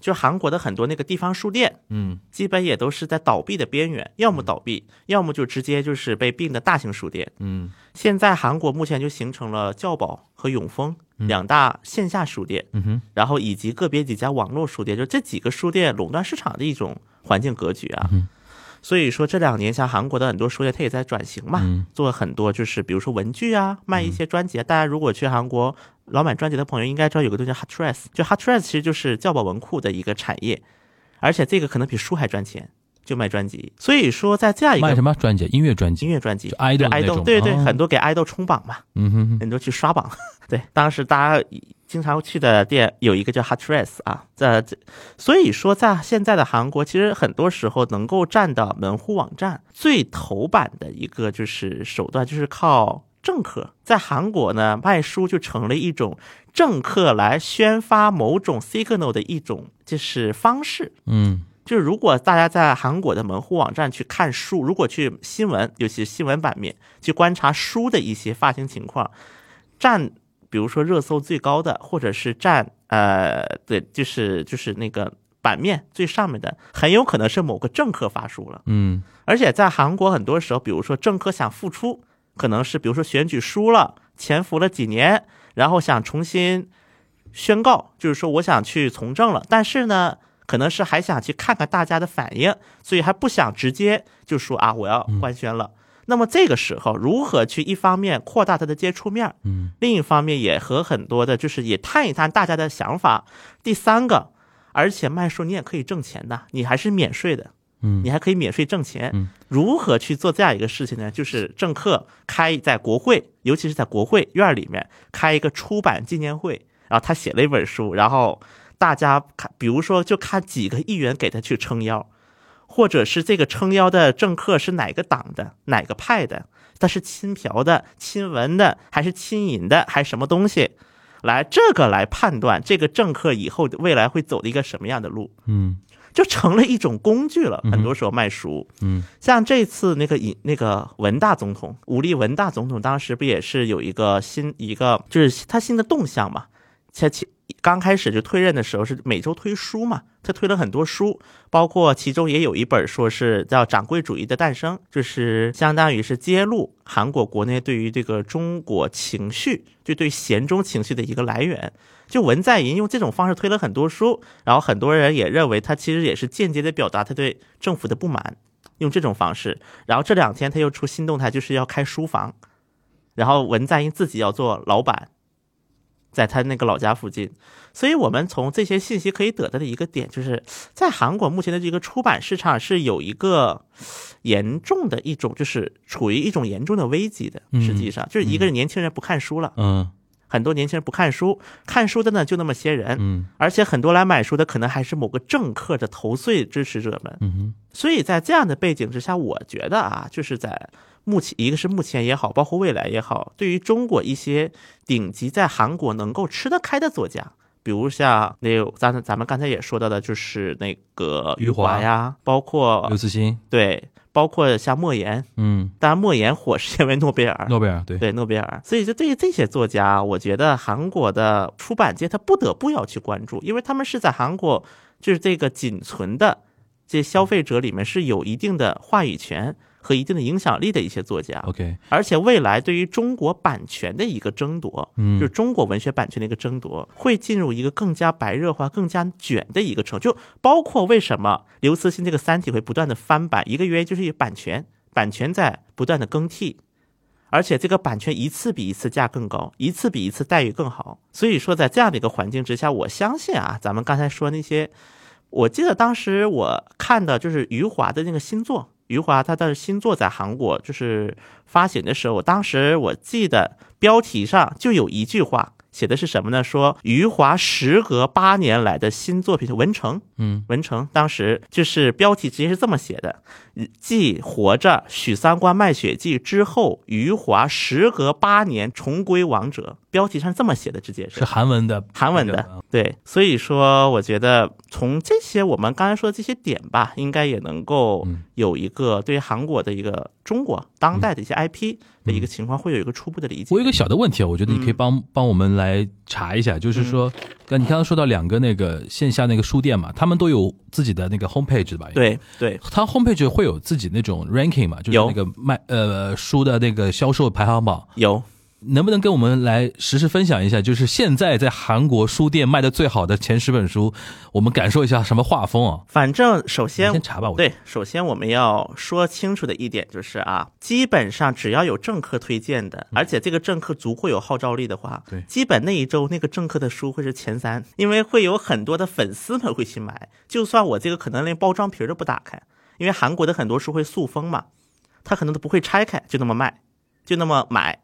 Speaker 6: 就韩国的很多那个地方书店，
Speaker 5: 嗯，
Speaker 6: 基本也都是在倒闭的边缘，要么倒闭，要么就直接就是被并的大型书店。
Speaker 5: 嗯
Speaker 6: 现在韩国目前就形成了教保和永丰两大线下书店，
Speaker 5: 嗯哼，
Speaker 6: 然后以及个别几家网络书店，就这几个书店垄断市场的一种环境格局啊。
Speaker 5: 嗯
Speaker 6: 所以说这两年，像韩国的很多书店，它也在转型嘛，
Speaker 5: 嗯
Speaker 6: 做很多就是比如说文具啊，卖一些专辑啊。大家如果去韩国老买专辑的朋友，应该知道有个东西叫 Hot Dress，就 Hot Dress 其实就是教保文库的一个产业，而且这个可能比书还赚钱，就卖专辑。所以说在这样一
Speaker 5: 卖
Speaker 6: 个
Speaker 5: 什么专辑？音乐专
Speaker 6: 音
Speaker 5: 辑？
Speaker 6: 乐专辑
Speaker 5: 就 idol
Speaker 6: 对
Speaker 5: 的那
Speaker 6: idol，
Speaker 5: 种
Speaker 6: 对对，
Speaker 5: 哦
Speaker 6: 很多给 idol 冲榜嘛，
Speaker 5: 嗯哼哼，
Speaker 6: 很多去刷榜。 对，当时大家经常去的店有一个叫 Hot Dress 啊，在这，所以说在现在的韩国，其实很多时候能够站到门户网站最头版的一个就是手段，就是靠政客。在韩国呢，卖书就成了一种政客来宣发某种 signal 的一种就是方式。
Speaker 5: 嗯
Speaker 6: 就是如果大家在韩国的门户网站去看书，如果去新闻，尤其是新闻版面去观察书的一些发行情况，占比如说热搜最高的，或者是占呃对，就是就是那个版面最上面的，很有可能是某个政客发书了。
Speaker 5: 嗯
Speaker 6: 而且在韩国很多时候，比如说政客想复出，可能是比如说选举输了，潜伏了几年，然后想重新宣告，就是说我想去从政了，但是呢，可能是还想去看看大家的反应，所以还不想直接就说啊我要官宣
Speaker 5: 嗯
Speaker 6: 了。那么这个时候，如何去一方面扩大他的接触面，
Speaker 5: 嗯，
Speaker 6: 另一方面也和很多的，就是也探一探大家的想法。第三个，而且卖书你也可以挣钱的，你还是免税的，
Speaker 5: 嗯
Speaker 6: 你还可以免税挣钱。
Speaker 5: 嗯
Speaker 6: 如何去做这样一个事情呢？就是政客开在国会，尤其是在国会院里面开一个出版纪念会，然后他写了一本书，然后大家看，比如说就看几个议员给他去撑腰，或者是这个撑腰的政客是哪个党的、哪个派的，他是亲朴的、亲文的，还是亲尹的，还是什么东西？来，这个来判断这个政客以后未来会走的一个什么样的路。
Speaker 5: 嗯
Speaker 6: 就成了一种工具了。
Speaker 5: 哼
Speaker 6: 很多时候卖书，
Speaker 5: 嗯，
Speaker 6: 像这次那个尹那个文大总统，武力文大总统当时不也是有一个新一个，就是他新的动向嘛？前前刚开始就推任的时候是每周推书嘛，他推了很多书，包括其中也有一本说是叫《掌柜主义的诞生》，就是相当于是揭露韩国国内对于这个中国情绪，就对闲中情绪的一个来源。就文在寅用这种方式推了很多书，然后很多人也认为他其实也是间接的表达他对政府的不满，用这种方式。然后这两天他又出新动态，就是要开书房，然后文在寅自己要做老板，在他那个老家附近。所以我们从这些信息可以得到的一个点，就是在韩国目前的这个出版市场是有一个严重的一种，就是处于一种严重的危机的。
Speaker 5: 嗯
Speaker 6: 实际上，就是一个年轻人不看书了，
Speaker 5: 嗯
Speaker 6: 很多年轻人不看书，看书的呢就那么些人，
Speaker 5: 嗯
Speaker 6: 而且很多来买书的可能还是某个政客的头碎支持者们。
Speaker 5: 嗯哼
Speaker 6: 所以在这样的背景之下，我觉得啊，就是在目前，一个是目前也好，包括未来也好，对于中国一些顶级在韩国能够吃得开的作家，比如像那有咱咱们刚才也说到的，就是那个
Speaker 5: 余华
Speaker 6: 华呀，包括
Speaker 5: 刘慈欣，
Speaker 6: 对，包括像莫言，
Speaker 5: 嗯，
Speaker 6: 当然莫言火 是因为诺贝尔，
Speaker 5: 诺贝尔对，
Speaker 6: 对诺贝尔，所以就对于这些作家，我觉得韩国的出版界他不得不要去关注，因为他们是在韩国就是这个仅存的这些消费者里面是有一定的话语权和一定的影响力的一些作家，
Speaker 5: OK，
Speaker 6: 而且未来对于中国版权的一个争夺，
Speaker 5: 嗯
Speaker 6: 就是中国文学版权的一个争夺，会进入一个更加白热化、更加卷的一个程度。就包括为什么刘慈欣这个《三体》会不断的翻版，一个原因就是版权，版权在不断的更替。而且这个版权一次比一次价更高，一次比一次待遇更好。所以说，在这样的一个环境之下，我相信啊，咱们刚才说那些，我记得当时我看的就是余华的那个新作，余华他的新作在韩国就是发行的时候，当时我记得标题上就有一句话，写的是什么呢？说余华时隔八年来的新作品《文成》。
Speaker 5: 嗯
Speaker 6: 文成当时就是标题直接是这么写的：继《活着》《许三观卖血记》之后，余华时隔八年重归王者。标题上这么写的，直接
Speaker 5: 是韩文的
Speaker 6: 韩文
Speaker 5: 那个
Speaker 6: 的，嗯对，所以说我觉得从这些我们刚才说的这些点吧，应该也能够有一个对于韩国的一个中国当代的一些 IP 的一个情况，嗯会有一个初步的理解
Speaker 5: 我有一。个小的问题啊，我
Speaker 6: 嗯
Speaker 5: 觉得你可以帮、帮我们来查一下，就是说，刚、你刚刚说到两个那个线下那个书店嘛，他们都有自己的那个 homepage 吧？。
Speaker 6: 对对，
Speaker 5: 它 homepage 会有自己那种 ranking 嘛，就是
Speaker 6: 有
Speaker 5: 那个卖呃书的那个销售排行榜，
Speaker 6: 有
Speaker 5: 能不能跟我们来实时分享一下？就是现在在韩国书店卖的最好的前十本书，我们感受一下什么画风啊？
Speaker 6: 反正首先
Speaker 5: 你先查吧我
Speaker 6: 对，首先我们要说清楚的一点就是啊，基本上只要有政客推荐的，而且这个政客足够有号召力的话，
Speaker 5: 嗯对
Speaker 6: 基本那一周那个政客的书会是前三，因为会有很多的粉丝们会去买，就算我这个可能连包装皮儿都不打开，因为韩国的很多书会塑封嘛，他可能都不会拆开，就那么卖，就那么买。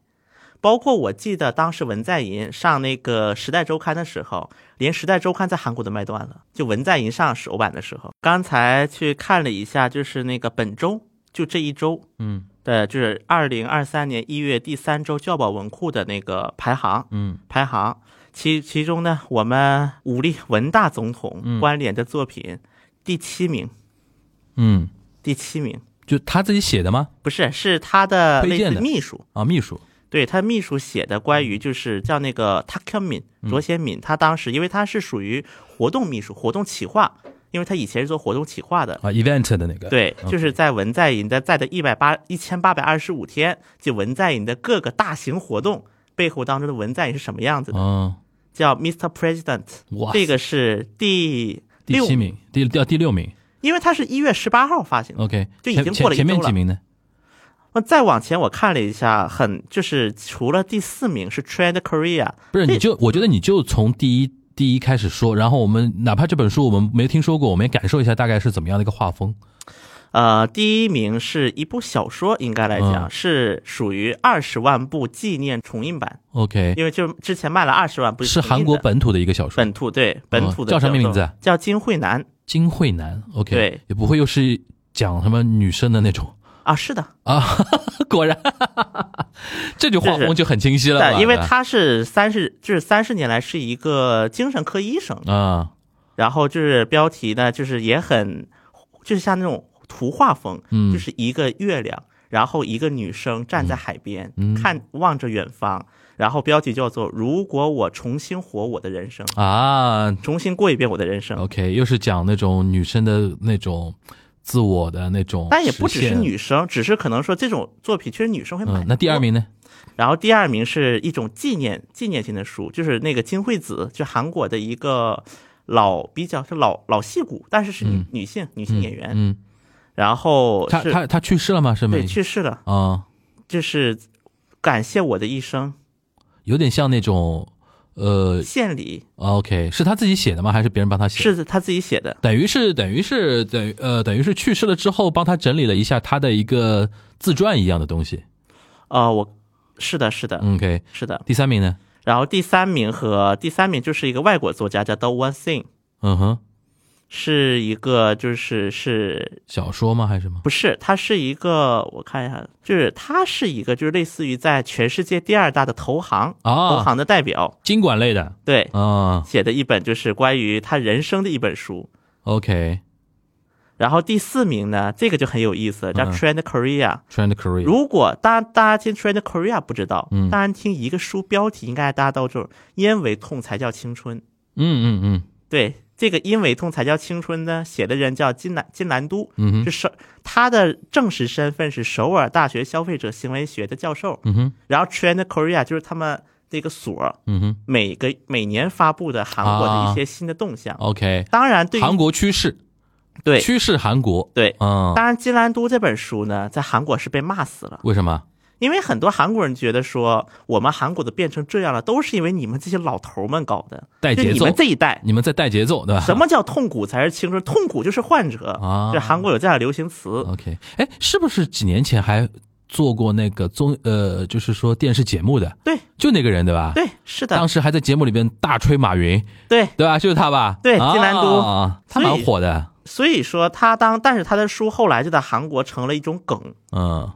Speaker 6: 包括我记得当时文在寅上那个《时代周刊》的时候，连《时代周刊》在韩国都卖断了。就文在寅上首版的时候，刚才去看了一下，就是那个本周，就这一周，
Speaker 5: 嗯
Speaker 6: 的就是二零二三年一月第三周教保文库的那个排行，
Speaker 5: 嗯
Speaker 6: 排行。其其中呢，我们武力文大总
Speaker 5: 嗯
Speaker 6: 统关联的作品第七名，
Speaker 5: 嗯，
Speaker 6: 第七名
Speaker 5: 就他自己写的吗？
Speaker 6: 不是是他的
Speaker 5: 推
Speaker 6: 类
Speaker 5: 荐
Speaker 6: 似
Speaker 5: 的
Speaker 6: 秘书，
Speaker 5: 啊，秘书，
Speaker 6: 对他秘书写的关
Speaker 5: 嗯
Speaker 6: 于就是叫那个 t a k y m i n 卓贤敏，他当时因为他是属于活动秘书、活动企划，因为他以前是做活动企划的。
Speaker 5: 啊，event 的那个，
Speaker 6: 对，
Speaker 5: 嗯
Speaker 6: 就是在文在寅的在的一百八一千八百二十五天，就文在寅的各个大型活动背后当中的文在寅是什么样子的？
Speaker 5: 嗯，
Speaker 6: 叫 Mr. President，
Speaker 5: 哇塞
Speaker 6: 这个是第
Speaker 5: 第
Speaker 6: 六
Speaker 5: 七，名，第第第六名
Speaker 6: 因为它是一月十八号发行的。
Speaker 5: ，OK，
Speaker 6: 就已
Speaker 5: 前
Speaker 6: 经
Speaker 5: 前
Speaker 6: 过了一
Speaker 5: 前面
Speaker 6: 周了
Speaker 5: 几名呢？
Speaker 6: 那再往前我看了一下，很就是除了第四名是 Trend Korea，
Speaker 5: 不是，
Speaker 6: 这
Speaker 5: 你就我觉得你就从第一第一开始说，然后我们哪怕这本书我们没听说过，我们也感受一下大概是怎么样的一个画风。
Speaker 6: 呃，第一名是一部小说，应该来讲、
Speaker 5: 嗯
Speaker 6: 是属于二十万部纪念重印版，
Speaker 5: OK，
Speaker 6: 因为就之前卖了二十万部重印
Speaker 5: 哎是
Speaker 6: 的，
Speaker 5: 韩国本土的一个小说，
Speaker 6: 本土对本土的
Speaker 5: 叫什么名字啊？
Speaker 6: 叫金惠南
Speaker 5: 金惠南。OK，
Speaker 6: 对，
Speaker 5: 也不会又是讲什么女生的那种
Speaker 6: 啊，是的，
Speaker 5: 啊，果然， 这就画
Speaker 6: 这
Speaker 5: 风
Speaker 6: 是
Speaker 5: 就很清晰了吧，
Speaker 6: 对，因为
Speaker 5: 对吧
Speaker 6: 他是三十，就是三十年来是一个精神科医生，
Speaker 5: 啊，
Speaker 6: 然后就是标题呢，就是也很，就是像那种图画风，
Speaker 5: 嗯
Speaker 6: 就是一个月亮，然后一个女生站在海边，
Speaker 5: 嗯
Speaker 6: 看望着远方，然后标题叫做“如果我重新活我的人生”。
Speaker 5: 啊
Speaker 6: 重新过一遍我的人生，
Speaker 5: ，OK，又是讲那种女生的那种自我的那种，
Speaker 6: 但也不只是。女生，只是可能说这种作品确实女生会买
Speaker 5: 嗯，。那第二，名呢？
Speaker 6: 然后第二名是一种纪念纪念性的书，就是那个金惠子，就韩国的一个老比较是老老戏骨，但是是女
Speaker 5: 嗯
Speaker 6: 女性女性演员。
Speaker 5: 嗯，
Speaker 6: 然后
Speaker 5: 他
Speaker 6: 是
Speaker 5: 他他去世了吗？是吗
Speaker 6: 对？去世了，
Speaker 5: 啊，
Speaker 6: 就是感谢我的一生。
Speaker 5: 有点像那种呃
Speaker 6: 献礼
Speaker 5: ，OK，是他自己写的吗？还是别人帮他写的？
Speaker 6: 是他自己写的，
Speaker 5: 等于是等于是等于呃等于是去世了之后，帮他整理了一下他的一个自传一样的东西。
Speaker 6: 呃，我是的，是的，
Speaker 5: OK，
Speaker 6: 是的。
Speaker 5: 第三名呢？
Speaker 6: 然后第三名和第三名就是一个外国作家叫 The One Thing，
Speaker 5: 嗯哼，
Speaker 6: 是一个就是是
Speaker 5: 小说吗？还是什么？
Speaker 6: 不是？它是一个我看一下，就是它是一个就是类似于在全世界第二大的投行投
Speaker 5: 啊，
Speaker 6: 行的代表，
Speaker 5: 经管类的
Speaker 6: 对，
Speaker 5: 啊。
Speaker 6: 写的一本就是关于他人生的一本书。
Speaker 5: OK，Trend
Speaker 6: 然后第四名呢，这个就很有意思，叫
Speaker 5: 嗯
Speaker 6: Trend Korea。
Speaker 5: Korea，
Speaker 6: 如果大家大家听 Trend Korea 不知道，
Speaker 5: 嗯
Speaker 6: 大家听一个书标题，应该大家都知道，因为痛才叫青春。
Speaker 5: 嗯嗯嗯
Speaker 6: 对，这个因为痛才叫青春呢，写的人叫金兰金兰都，
Speaker 5: 嗯
Speaker 6: 是
Speaker 5: 哼
Speaker 6: 首他的正式身份是首尔大学消费者行为学的教授。
Speaker 5: 嗯哼
Speaker 6: 然后 Trend Korea 就是他们那个所
Speaker 5: 嗯哼
Speaker 6: 每个每年发布的韩国的一些新的动向。
Speaker 5: ，OK，
Speaker 6: 当然对于，
Speaker 5: 哦韩国趋势
Speaker 6: 对
Speaker 5: 趋势韩国，
Speaker 6: 对，
Speaker 5: 嗯，
Speaker 6: 当然，《金兰都》这本书呢，在韩国是被骂死了，
Speaker 5: 为什么？
Speaker 6: 因为很多韩国人觉得说，我们韩国的变成这样了，都是因为你们这些老头儿们搞的，
Speaker 5: 带
Speaker 6: 就
Speaker 5: 节
Speaker 6: 你
Speaker 5: 奏嗯
Speaker 6: 们，这一代，
Speaker 5: 你们在带节奏，对吧？
Speaker 6: 什么叫痛苦才是青春？痛苦就是患者
Speaker 5: 啊
Speaker 6: 这韩国有这样的流行词，
Speaker 5: ？OK，哎，是不是几年前还做过那个综呃，就是说电视节目的？
Speaker 6: 对，
Speaker 5: 就那个人对吧？，
Speaker 6: 对，是的
Speaker 5: 当，时还在节目里边大吹马云，
Speaker 6: 对。
Speaker 5: 对吧？就是他吧？
Speaker 6: 对
Speaker 5: 啊
Speaker 6: 金兰都
Speaker 5: 啊他蛮火的，
Speaker 6: 所以说他当，但是他的书后来就在韩国成了一种梗。
Speaker 5: 嗯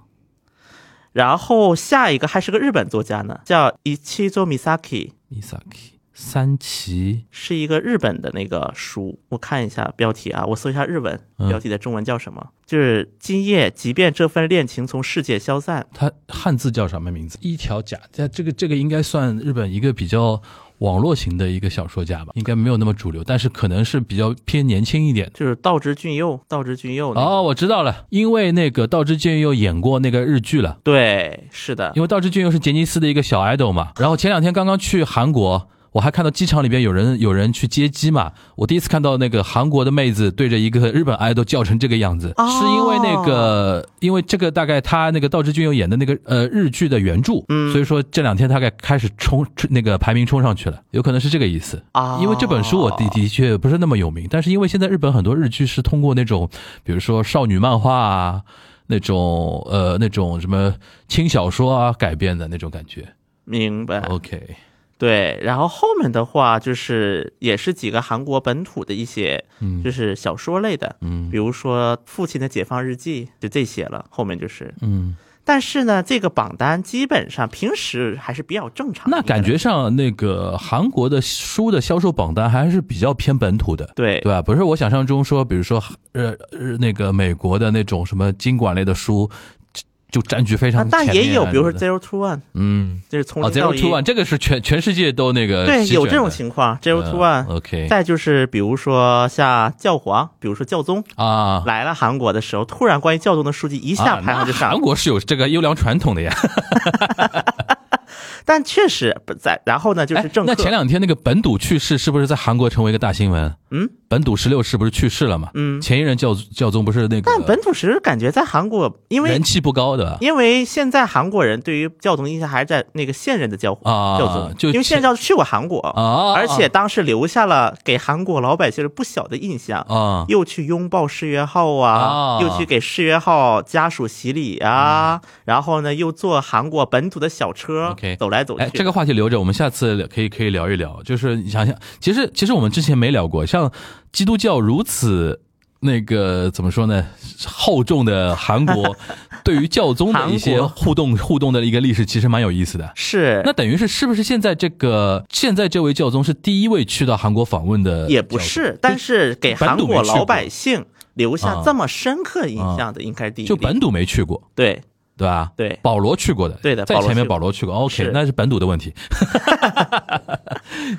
Speaker 6: 然后下一个还是个日本作家呢，叫伊七佐米萨 i
Speaker 5: ，Misaki 三崎，
Speaker 6: 是一个日本的那个书，我看一下标题啊，我搜一下日文
Speaker 5: 嗯
Speaker 6: 标题的中文叫什么？就是今夜，即便这份恋情从世界消散，
Speaker 5: 他汉字叫什么名字？一条甲，这这个这个应该算日本一个比较网络型的一个小说家吧，应该没有那么主流，但是可能是比较偏年轻一点的。
Speaker 6: 就是道之俊佑，道之俊佑、那个
Speaker 5: 哦，，我知道了，因为那个道之俊佑演过那个日剧了，
Speaker 6: 对，是的
Speaker 5: 因，为道之俊佑是杰尼斯的一个小 idol 嘛。然后前两天刚刚去韩国，我还看到机场里边有人有人去接机嘛。我第一次看到那个韩国的妹子对着一个日本 idol 叫成这个样子，
Speaker 6: 哦
Speaker 5: 是因为那个因为这个大概他那个道之俊佑演的那个呃日剧的原著，
Speaker 6: 嗯
Speaker 5: 所以说这两天大概开始冲冲那个排名冲上去了，有可能是这个意思。
Speaker 6: 啊，
Speaker 5: 因为这本书我的的确不是那么有名，但是因为现在日本很多日剧是通过那种，比如说少女漫画啊，那种呃那种什么轻小说啊改编的那种感觉。
Speaker 6: 明白，
Speaker 5: OK，
Speaker 6: 对，然后后面的话就是也是几个韩国本土的一些，
Speaker 5: 嗯
Speaker 6: 就是小说类的，
Speaker 5: 嗯
Speaker 6: 比如说《父亲的解放日记》，就这些了。后面就是，
Speaker 5: 嗯，
Speaker 6: 但是呢，这个榜单基本上平时还是比较正常的
Speaker 5: 那
Speaker 6: 一个人。
Speaker 5: 感觉上那个韩国的书的销售榜单还是比较偏本土的。
Speaker 6: 对
Speaker 5: 对啊吧？不是我想象中说，比如说呃呃那个美国的那种什么经管类的书，就就占据非
Speaker 6: 啊
Speaker 5: 常，前面
Speaker 6: 但
Speaker 5: 啊。
Speaker 6: 也有，比如说
Speaker 5: 什么的
Speaker 6: Zero to One，
Speaker 5: 嗯，
Speaker 6: 就是从
Speaker 5: 啊
Speaker 6: 零到
Speaker 5: ，Zero
Speaker 6: 一
Speaker 5: to One 这个是全全世界都那个
Speaker 6: 对，
Speaker 5: 席
Speaker 6: 有
Speaker 5: 卷
Speaker 6: 这种
Speaker 5: 的
Speaker 6: 情况，Zero to
Speaker 5: 嗯
Speaker 6: One。
Speaker 5: OK
Speaker 6: 再就是比如说像教皇，比如说教宗
Speaker 5: 啊，
Speaker 6: 来了韩国的时候，突然关于教宗的书籍一下
Speaker 5: 啊
Speaker 6: 排行就
Speaker 5: 那
Speaker 6: 上
Speaker 5: 韩
Speaker 6: 了。
Speaker 5: 国是有这个优良传统的呀，
Speaker 6: 但确实不在，然后呢 就是政客。
Speaker 5: 哎那前两天那个本笃去世，是不是在韩国成为一个大新闻？
Speaker 6: 嗯，
Speaker 5: 本笃十六世不是去世了嘛？
Speaker 6: 嗯
Speaker 5: 前一任教教宗不是那个，
Speaker 6: 但本土实感觉在韩国，因为
Speaker 5: 人气不高的
Speaker 6: 因为现在韩国人对于教宗印象还是在那个现任的教皇
Speaker 5: 啊
Speaker 6: 教宗，
Speaker 5: 就
Speaker 6: 因为
Speaker 5: 前
Speaker 6: 现任教宗去过韩国，
Speaker 5: 啊，
Speaker 6: 而且当时留下了给韩国老百姓不小的印象。
Speaker 5: 啊，
Speaker 6: 又去拥抱世越号啊，
Speaker 5: 啊嗯
Speaker 6: 又去给世越号家属洗礼啊，然后呢，又坐韩国本土的小车
Speaker 5: OK
Speaker 6: 走来走去。
Speaker 5: 哎，这个话题留着，我们下次聊可以可以聊一聊。就是你想想，其实其实我们之前没聊过，像基督教如此那个怎么说呢，厚重的韩 国，对于教宗的一些
Speaker 6: 韩国
Speaker 5: 互动互动的一个历史，其实蛮有意思的。
Speaker 6: 是
Speaker 5: 那等于是是不是现在这个现在这位教宗是第一位去到韩国访问的？
Speaker 6: 也不是，但是给
Speaker 5: 本
Speaker 6: 韩
Speaker 5: 土没
Speaker 6: 国
Speaker 5: 去过
Speaker 6: 老百姓留下
Speaker 5: 啊
Speaker 6: 这么深刻印象的，应该是第一例。
Speaker 5: 就本土没去过，
Speaker 6: 对
Speaker 5: 对吧？
Speaker 6: 对
Speaker 5: 保罗去过的，
Speaker 6: 对的
Speaker 5: 在
Speaker 6: 保罗
Speaker 5: 前面
Speaker 6: 去过
Speaker 5: 保罗去过，OK，
Speaker 6: 是
Speaker 5: 那是本土的问 题。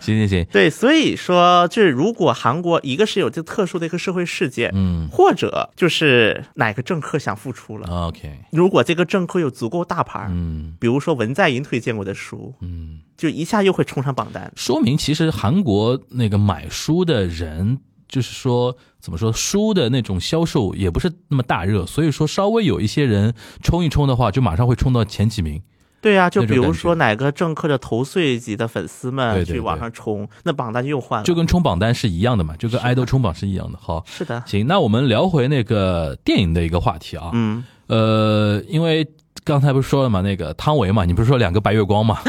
Speaker 5: 行行行，
Speaker 6: 对，所以说就是如果韩国一个是有这特殊的一个社会事件，
Speaker 5: 嗯
Speaker 6: 或者就是哪个政客想复出了，
Speaker 5: ，OK，
Speaker 6: 如果这个政客有足够大牌儿，
Speaker 5: 啊嗯
Speaker 6: 比如说文在寅推荐过的书，
Speaker 5: 嗯。
Speaker 6: 就一下又会冲上榜单。
Speaker 5: 说明其实韩国那个买书的人，就是说怎么说，书的那种销售也不是那么大热，所以说稍微有一些人冲一冲的话，就马上会冲到前几名。
Speaker 6: 对啊，就
Speaker 5: 那
Speaker 6: 比
Speaker 5: 种
Speaker 6: 如
Speaker 5: 感觉
Speaker 6: 说哪个政客的头碎级的粉丝们
Speaker 5: 对对
Speaker 6: 去网
Speaker 5: 对
Speaker 6: 上冲，那榜单就又换了。
Speaker 5: 就跟冲榜单是一样的嘛，就跟爱豆冲榜是一样的。好，
Speaker 6: 是的，
Speaker 5: 行，那我们聊回那个电影的一个话题啊，
Speaker 6: 嗯，
Speaker 5: 呃，因为刚才不是说了嘛，那个汤唯嘛，你不是说两个白月 光嘛，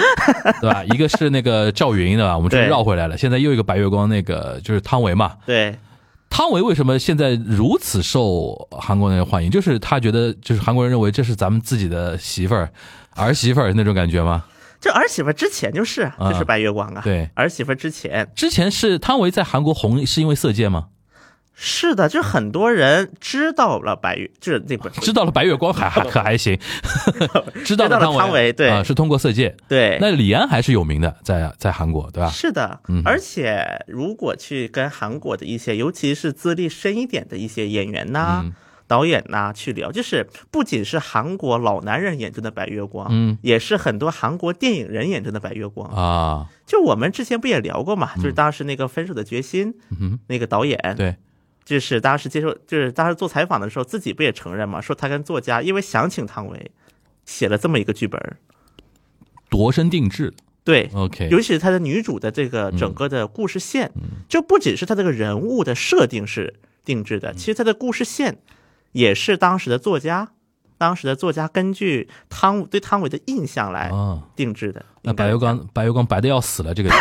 Speaker 5: 对吧？一个是那个赵云对吧？我们这
Speaker 6: 对
Speaker 5: 绕回来了，现在又一个白月光，那个就是汤唯嘛。
Speaker 6: 对，
Speaker 5: 汤唯为什么现在如此受韩国人欢迎？就是他觉得，就是韩国人认为这是咱们自己的媳妇儿、儿媳妇儿那种感觉吗？
Speaker 6: 这儿媳妇之前就是啊
Speaker 5: 啊
Speaker 6: 就是白月光啊，
Speaker 5: 对
Speaker 6: 儿媳妇之前
Speaker 5: 之前是汤唯在韩国红是因为《色戒》吗？
Speaker 6: 是的，就很多人知道了白月，就是那 不
Speaker 5: 知道了白月光还 还可还行， 知道了
Speaker 6: 知道了汤唯对
Speaker 5: 啊，是通过《色戒》。
Speaker 6: 对，
Speaker 5: 那李安还是有名的，在在韩国对吧？
Speaker 6: 是的
Speaker 5: 嗯，
Speaker 6: 而且如果去跟韩国的一些，尤其是资历深一点的一些演员呐、
Speaker 5: 嗯
Speaker 6: 导演呐、去聊，就是不仅是韩国老男人眼中的白月光，
Speaker 5: 嗯
Speaker 6: 也是很多韩国电影人眼中的白月光。
Speaker 5: 啊，
Speaker 6: 就我们之前不也聊过嘛，就是当时那个《分手的决心》
Speaker 5: 嗯哼，
Speaker 6: 那个导演，
Speaker 5: 对，
Speaker 6: 就是当时接受，就是当时做采访的时候，自己不也承认嘛，说他跟作家因为想请汤唯，写了这么一个剧本儿，
Speaker 5: 度身定制。
Speaker 6: 对，
Speaker 5: OK，
Speaker 6: 尤其是她的女主的这个
Speaker 5: 嗯
Speaker 6: 整个的故事线，就不仅是她这个人物的设定是定制
Speaker 5: 嗯
Speaker 6: 的，其实她的故事线也是当时的作家，当时的作家根据汤对汤唯的印象来
Speaker 5: 啊，
Speaker 6: 定制的。
Speaker 5: 那
Speaker 6: 应该
Speaker 5: 白月光，白月光白的要死了，这个 人。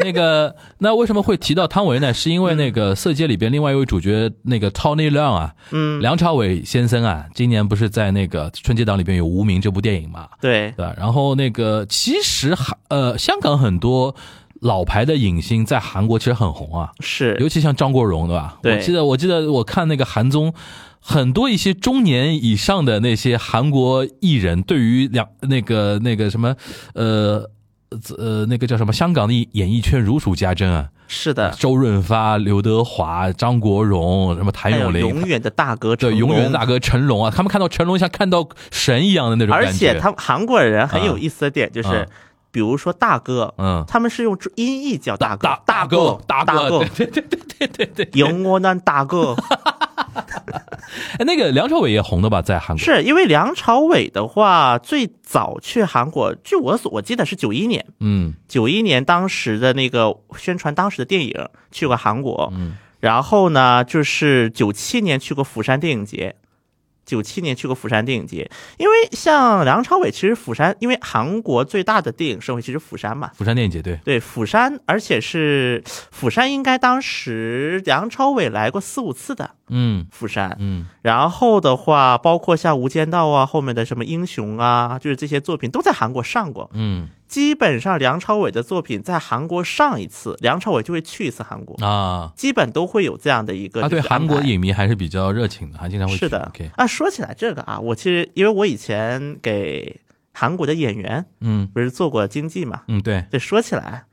Speaker 5: 那个，那为什么会提到汤唯呢？是
Speaker 6: 嗯
Speaker 5: 因为那个《色戒》里边另外一位主角那个 Tony Leung 啊，
Speaker 6: 嗯，
Speaker 5: 梁朝伟先生啊，今年不是在那个春节档里边有《无名》这部电影嘛，
Speaker 6: 对
Speaker 5: 对吧？然后那个其实韩呃香港很多老牌的影星在韩国其实很红啊，
Speaker 6: 是
Speaker 5: 尤其像张国荣，对吧？
Speaker 6: 对
Speaker 5: 我记得我记得我看那个韩综，很多一些中年以上的那些韩国艺人，对于两那个那个什么呃。呃，那个叫什么？香港的演艺圈如数家珍啊，
Speaker 6: 是的，
Speaker 5: 周润发、刘德华、张国荣，什么谭
Speaker 6: 还有
Speaker 5: 咏麟，
Speaker 6: 永远的大哥成
Speaker 5: 对，
Speaker 6: 龙，
Speaker 5: 永远大哥成龙啊，他们看到成龙像看到神一样的那种感觉。
Speaker 6: 而且他们韩国人很有意思的点就是
Speaker 5: 啊，
Speaker 6: 比如说大哥，
Speaker 5: 嗯
Speaker 6: 他们是用音译叫大哥，
Speaker 5: 大大
Speaker 6: 哥
Speaker 5: 哥，大
Speaker 6: 大
Speaker 5: 哥
Speaker 6: 哥，
Speaker 5: 对对对对对对对。
Speaker 6: 영원한大 哥。
Speaker 5: 哎，那个梁朝伟也红的吧，在韩国？
Speaker 6: 是因为梁朝伟的话，最早去韩国，据我所我记得是九一年，
Speaker 5: 嗯
Speaker 6: 九一年当时的那个宣传当时的电影去过韩国，然后呢就是九七年去过釜山电影节。九七年去过釜山电影节，因为像梁朝伟，其实釜山，因为韩国最大的电影盛会其实釜山嘛，
Speaker 5: 釜山电影节对，
Speaker 6: 对釜山，而且是釜山，应该当时梁朝伟来过四五次的
Speaker 5: 嗯
Speaker 6: 釜山，
Speaker 5: 嗯
Speaker 6: 然后的话，包括像《无间道》啊，后面的什么《英雄》啊，就是这些作品都在韩国上过。
Speaker 5: 嗯
Speaker 6: 基本上梁朝伟的作品在韩国上一次，梁朝伟就会去一次韩国，
Speaker 5: 啊，
Speaker 6: 基本都会有这样的一个
Speaker 5: 他对
Speaker 6: 就是安
Speaker 5: 韩
Speaker 6: 排。
Speaker 5: 国影迷还是比较热情的，还经常会去
Speaker 6: 是的
Speaker 5: OK，
Speaker 6: 啊，说起来这个啊，我其实因为我以前给韩国的演员
Speaker 5: 嗯
Speaker 6: 不是做过经济嘛，
Speaker 5: 嗯对，
Speaker 6: 这说起来，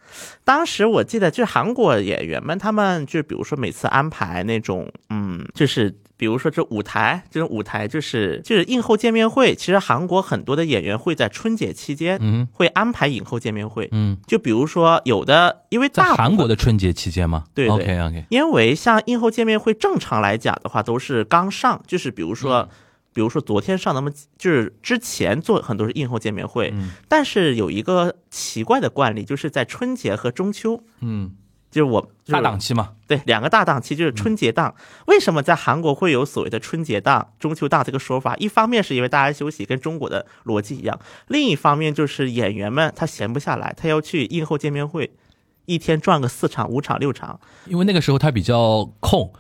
Speaker 6: 当时我记得就是韩国演员们，他们就比如说每次安排那种，嗯，就是比如说这舞台，这种舞台就是就是映后见面会。其实韩国很多的演员会在春节期间，
Speaker 5: 嗯
Speaker 6: 会安排影后见面会。
Speaker 5: 嗯，
Speaker 6: 就比如说有的，因为
Speaker 5: 在
Speaker 6: 大部分
Speaker 5: 韩国的春节期间吗？
Speaker 6: 对对
Speaker 5: OK OK，
Speaker 6: 因为像映后见面会，正常来讲的话都是刚上，就是比如说，
Speaker 5: 嗯
Speaker 6: 比如说昨天上，那么就是之前做很多是映后见面会，
Speaker 5: 嗯
Speaker 6: 但是有一个奇怪的惯例，就是在春节和中秋，
Speaker 5: 嗯，
Speaker 6: 就是我就是
Speaker 5: 大档期嘛，
Speaker 6: 对两个大档
Speaker 5: 嗯
Speaker 6: 期，就是春节档。为什么在韩国会有所谓的春节档、中秋档这个说法？一方面是因为大家休息，跟中国的逻辑一样；另一方面就是演员们他闲不下来，他要去映后见面会，一天转个四场、五场、六场，
Speaker 5: 因为那个时候他比较空，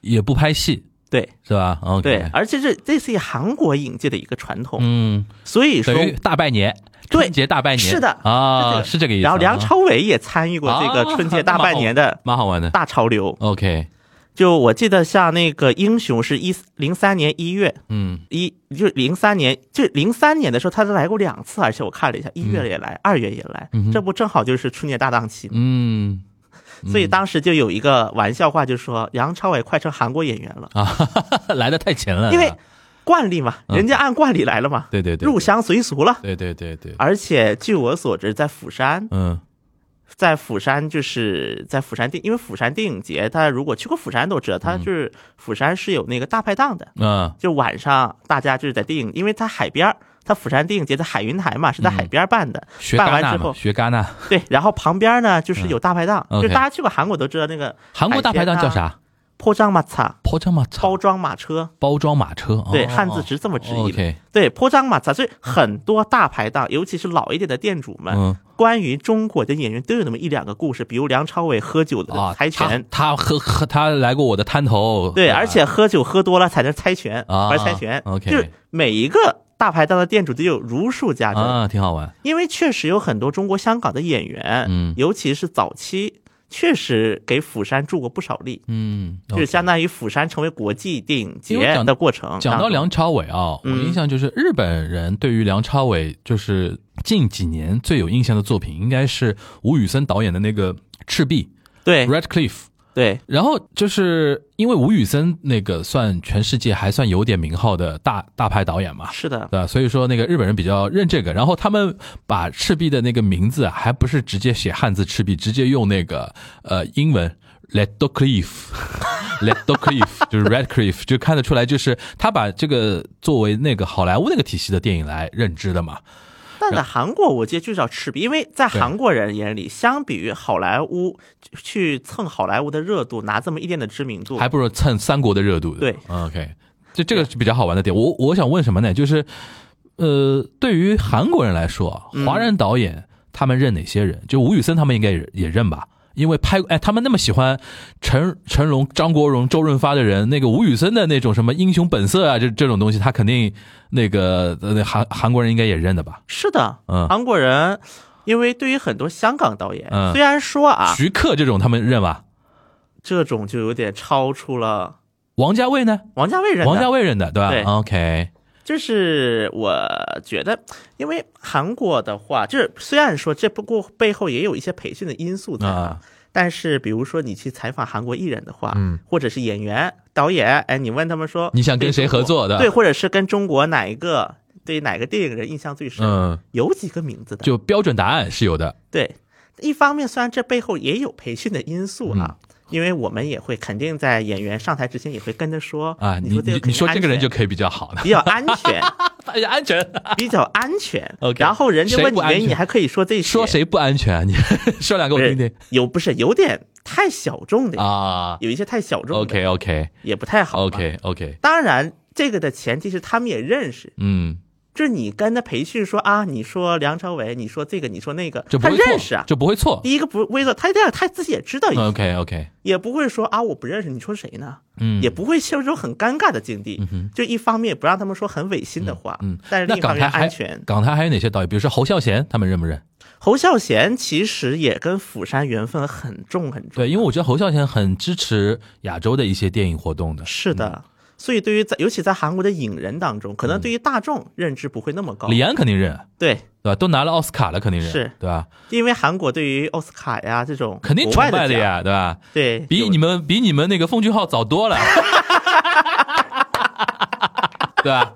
Speaker 5: 也不拍戏，
Speaker 6: 对。
Speaker 5: 是吧？OK，
Speaker 6: 对，而且这这是韩国影界的一个传统，
Speaker 5: 嗯，
Speaker 6: 所以说
Speaker 5: 等，于大拜年，
Speaker 6: 对
Speaker 5: 春节大拜年
Speaker 6: 是的
Speaker 5: 啊，
Speaker 6: 是
Speaker 5: 是这个意思啊。
Speaker 6: 然后梁朝伟也参与过这个
Speaker 5: 啊
Speaker 6: 春节大半年的
Speaker 5: 蛮好玩的
Speaker 6: 大潮流，
Speaker 5: ，OK，
Speaker 6: 就我记得像那个《英雄》是一零三年一月
Speaker 5: 嗯
Speaker 6: 一，就零三年，就零三年的时候他来过两次，而且我看了一下，一月也来，二月也来，这不正好就是春节大档期吗？
Speaker 5: 嗯
Speaker 6: 所以当时就有一个玩笑话，就说梁朝伟快成韩国演员了，
Speaker 5: 啊， 哈哈哈来的太勤了，
Speaker 6: 因为惯例嘛，人家按惯例来了嘛，
Speaker 5: 嗯对对对，
Speaker 6: 入乡随俗了。
Speaker 5: 对对对对，
Speaker 6: 而且据我所知，在釜山，
Speaker 5: 嗯
Speaker 6: 在釜山就是在釜山电，因为釜山电影节，大家如果去过釜山都知道，
Speaker 5: 嗯
Speaker 6: 它就是釜山是有那个大排档的，
Speaker 5: 啊
Speaker 6: 就晚上大家就是在电影，因为它海边儿，它釜山电影节在海云台嘛，是在海边办的。
Speaker 5: 嗯学
Speaker 6: 办
Speaker 5: 戛
Speaker 6: 完
Speaker 5: 纳
Speaker 6: 之
Speaker 5: 嘛，
Speaker 6: 后，
Speaker 5: 学戛纳，
Speaker 6: 对，然后旁边呢就是有大排档，
Speaker 5: 嗯
Speaker 6: 就
Speaker 5: OK
Speaker 6: 大家去过韩国都知道那个
Speaker 5: 韩国大排档叫啥？
Speaker 6: 破张马擦
Speaker 5: 包装马车
Speaker 6: 啊包，装马车，
Speaker 5: 包装马车，
Speaker 6: 对，
Speaker 5: 哦
Speaker 6: 汉字直这么直译的。
Speaker 5: OK，
Speaker 6: 对，破张马擦，所以很多大排档，尤其是老一点的店主们，
Speaker 5: 嗯
Speaker 6: 关于中国的演员都有那么一两个故事，比如梁朝伟喝酒
Speaker 5: 啊
Speaker 6: 的，猜拳，
Speaker 5: 他他喝喝他来过我的滩头，
Speaker 6: 对，
Speaker 5: 吧
Speaker 6: 而且喝酒喝多了才能猜拳，
Speaker 5: 啊
Speaker 6: 玩猜拳。
Speaker 5: OK
Speaker 6: 就是每一个大排档的店主都有如数家珍，
Speaker 5: 啊挺好玩，
Speaker 6: 因为确实有很多中国香港的演员，
Speaker 5: 嗯
Speaker 6: 尤其是早期，确实给釜山助过不少力。
Speaker 5: 嗯，
Speaker 6: 就是相当于釜山成为国际电影
Speaker 5: 因为
Speaker 6: 节
Speaker 5: 讲
Speaker 6: 的过程。
Speaker 5: 讲到梁朝伟啊，我
Speaker 6: 嗯
Speaker 5: 印象就是日本人对于梁朝伟就是近几年最有印象的作品，应该是吴宇森导演的那个《赤壁
Speaker 6: 对
Speaker 5: Red Cliff》。
Speaker 6: 对
Speaker 5: 然后就是因为吴宇森那个算全世界还算有点名号的大大牌导演嘛，
Speaker 6: 是的，
Speaker 5: 对吧？所以说那个日本人比较认这个，然后他们把赤壁的那个名字啊，还不是直接写汉字赤壁，直接用那个呃英文 Red Dog Cliff，Red Dog Cliff 就是 Red Cliff，就看得出来，就是他把这个作为那个好莱坞那个体系的电影来认知的嘛。
Speaker 6: 但在韩国我记得就叫赤壁，因为在
Speaker 5: 对
Speaker 6: 韩国人眼里，相比于好莱坞去蹭好莱坞的热度，拿这么一点的知名度，
Speaker 5: 还不如蹭三国的热度的。
Speaker 6: 对
Speaker 5: ，OK，这这个是比较好玩的点。我我想问什么呢？就是，呃，对于韩国人来说，华
Speaker 6: 嗯
Speaker 5: 人导演、他们认哪些人？就吴宇森他们应该也也认吧。因为拍哎，他们那么喜欢成成龙、张国荣、周润发的人，那个吴宇森的那种什么《英雄本色》啊，这这种东西，他肯定那个呃韩韩国人应该也认的吧？
Speaker 6: 是的，
Speaker 5: 嗯
Speaker 6: 韩国人，因为对于很多香港导演，
Speaker 5: 嗯
Speaker 6: 虽然说啊，
Speaker 5: 徐克这种他们认吧？
Speaker 6: 这种就有点超出了
Speaker 5: 王家卫呢？
Speaker 6: 王家卫人的，
Speaker 5: 王家卫认的对吧
Speaker 6: 对
Speaker 5: o k
Speaker 6: 就是我觉得，因为韩国的话，就是虽然说这不过背后也有一些培训的因素在啊，
Speaker 5: 啊
Speaker 6: 但是比如说你去采访韩国艺人的话，嗯，或者是演员、导演，哎，你问他们说
Speaker 5: 你想跟谁合作的
Speaker 6: 对，或者是跟中国哪一个对哪个电影人印象最深，
Speaker 5: 嗯，
Speaker 6: 有几个名字的，
Speaker 5: 就标准答案是有的。
Speaker 6: 对，一方面虽然这背后也有培训的因素啊。
Speaker 5: 嗯
Speaker 6: 因为我们也会肯定在演员上台之前也会跟他说
Speaker 5: 啊，你
Speaker 6: 你说这个
Speaker 5: 你
Speaker 6: 肯定
Speaker 5: 你说这个人
Speaker 6: 安
Speaker 5: 就
Speaker 6: 全
Speaker 5: 可以比较好了，
Speaker 6: 比较安全，
Speaker 5: 发现安全。
Speaker 6: 比较安全。
Speaker 5: OK
Speaker 6: 然后人家
Speaker 5: 谁
Speaker 6: 问
Speaker 5: 不
Speaker 6: 你
Speaker 5: 安
Speaker 6: 原因，
Speaker 5: 全
Speaker 6: 你还可以说这些。
Speaker 5: 说谁不安全？你 说两个
Speaker 6: 不
Speaker 5: 我
Speaker 6: 是
Speaker 5: 听听
Speaker 6: 有不是有点太小众的，
Speaker 5: 啊。
Speaker 6: 有一些太小众的
Speaker 5: OK OK
Speaker 6: 也不太好嘛。
Speaker 5: OK OK，
Speaker 6: 当然，这个的前提是他们也认识，
Speaker 5: 嗯，
Speaker 6: 就是你跟他培训说啊，你说梁朝伟，你说这个，你说那个，
Speaker 5: 就不
Speaker 6: 他
Speaker 5: 会错，嗯
Speaker 6: 认识啊。
Speaker 5: 就不会错。
Speaker 6: 第一个不微的，他这样他自己也知道一些，
Speaker 5: OK OK，
Speaker 6: 也不会说啊我不认识，你说谁呢？
Speaker 5: 嗯
Speaker 6: 也不会陷入这种很尴尬的境地。就一方面也不让他们说很违心的话，
Speaker 5: 嗯，
Speaker 6: 但是
Speaker 5: 那
Speaker 6: 另一方
Speaker 5: 港
Speaker 6: 面
Speaker 5: 台还
Speaker 6: 安全。
Speaker 5: 港台还有哪些导演？比如说侯孝贤，他们认不认？
Speaker 6: 侯孝贤其实也跟釜山缘分很重很重，
Speaker 5: 对，因为我觉得侯孝贤很支持亚洲的一些电影活动的，
Speaker 6: 是的。
Speaker 5: 嗯
Speaker 6: 所以，对于在尤其在韩国的影人当中，可能对于大众认知不会那么高。
Speaker 5: 李安肯定认，啊
Speaker 6: 对，
Speaker 5: 对吧？都拿了奥斯卡了，肯定认，
Speaker 6: 啊是
Speaker 5: 对吧？
Speaker 6: 因为韩国对于奥斯卡呀这种
Speaker 5: 肯定
Speaker 6: 国
Speaker 5: 崇
Speaker 6: 外
Speaker 5: 拜的
Speaker 6: 奖，
Speaker 5: 呀，对吧？
Speaker 6: 对，
Speaker 5: 比你们比你们那个奉俊昊早多了， 对吧？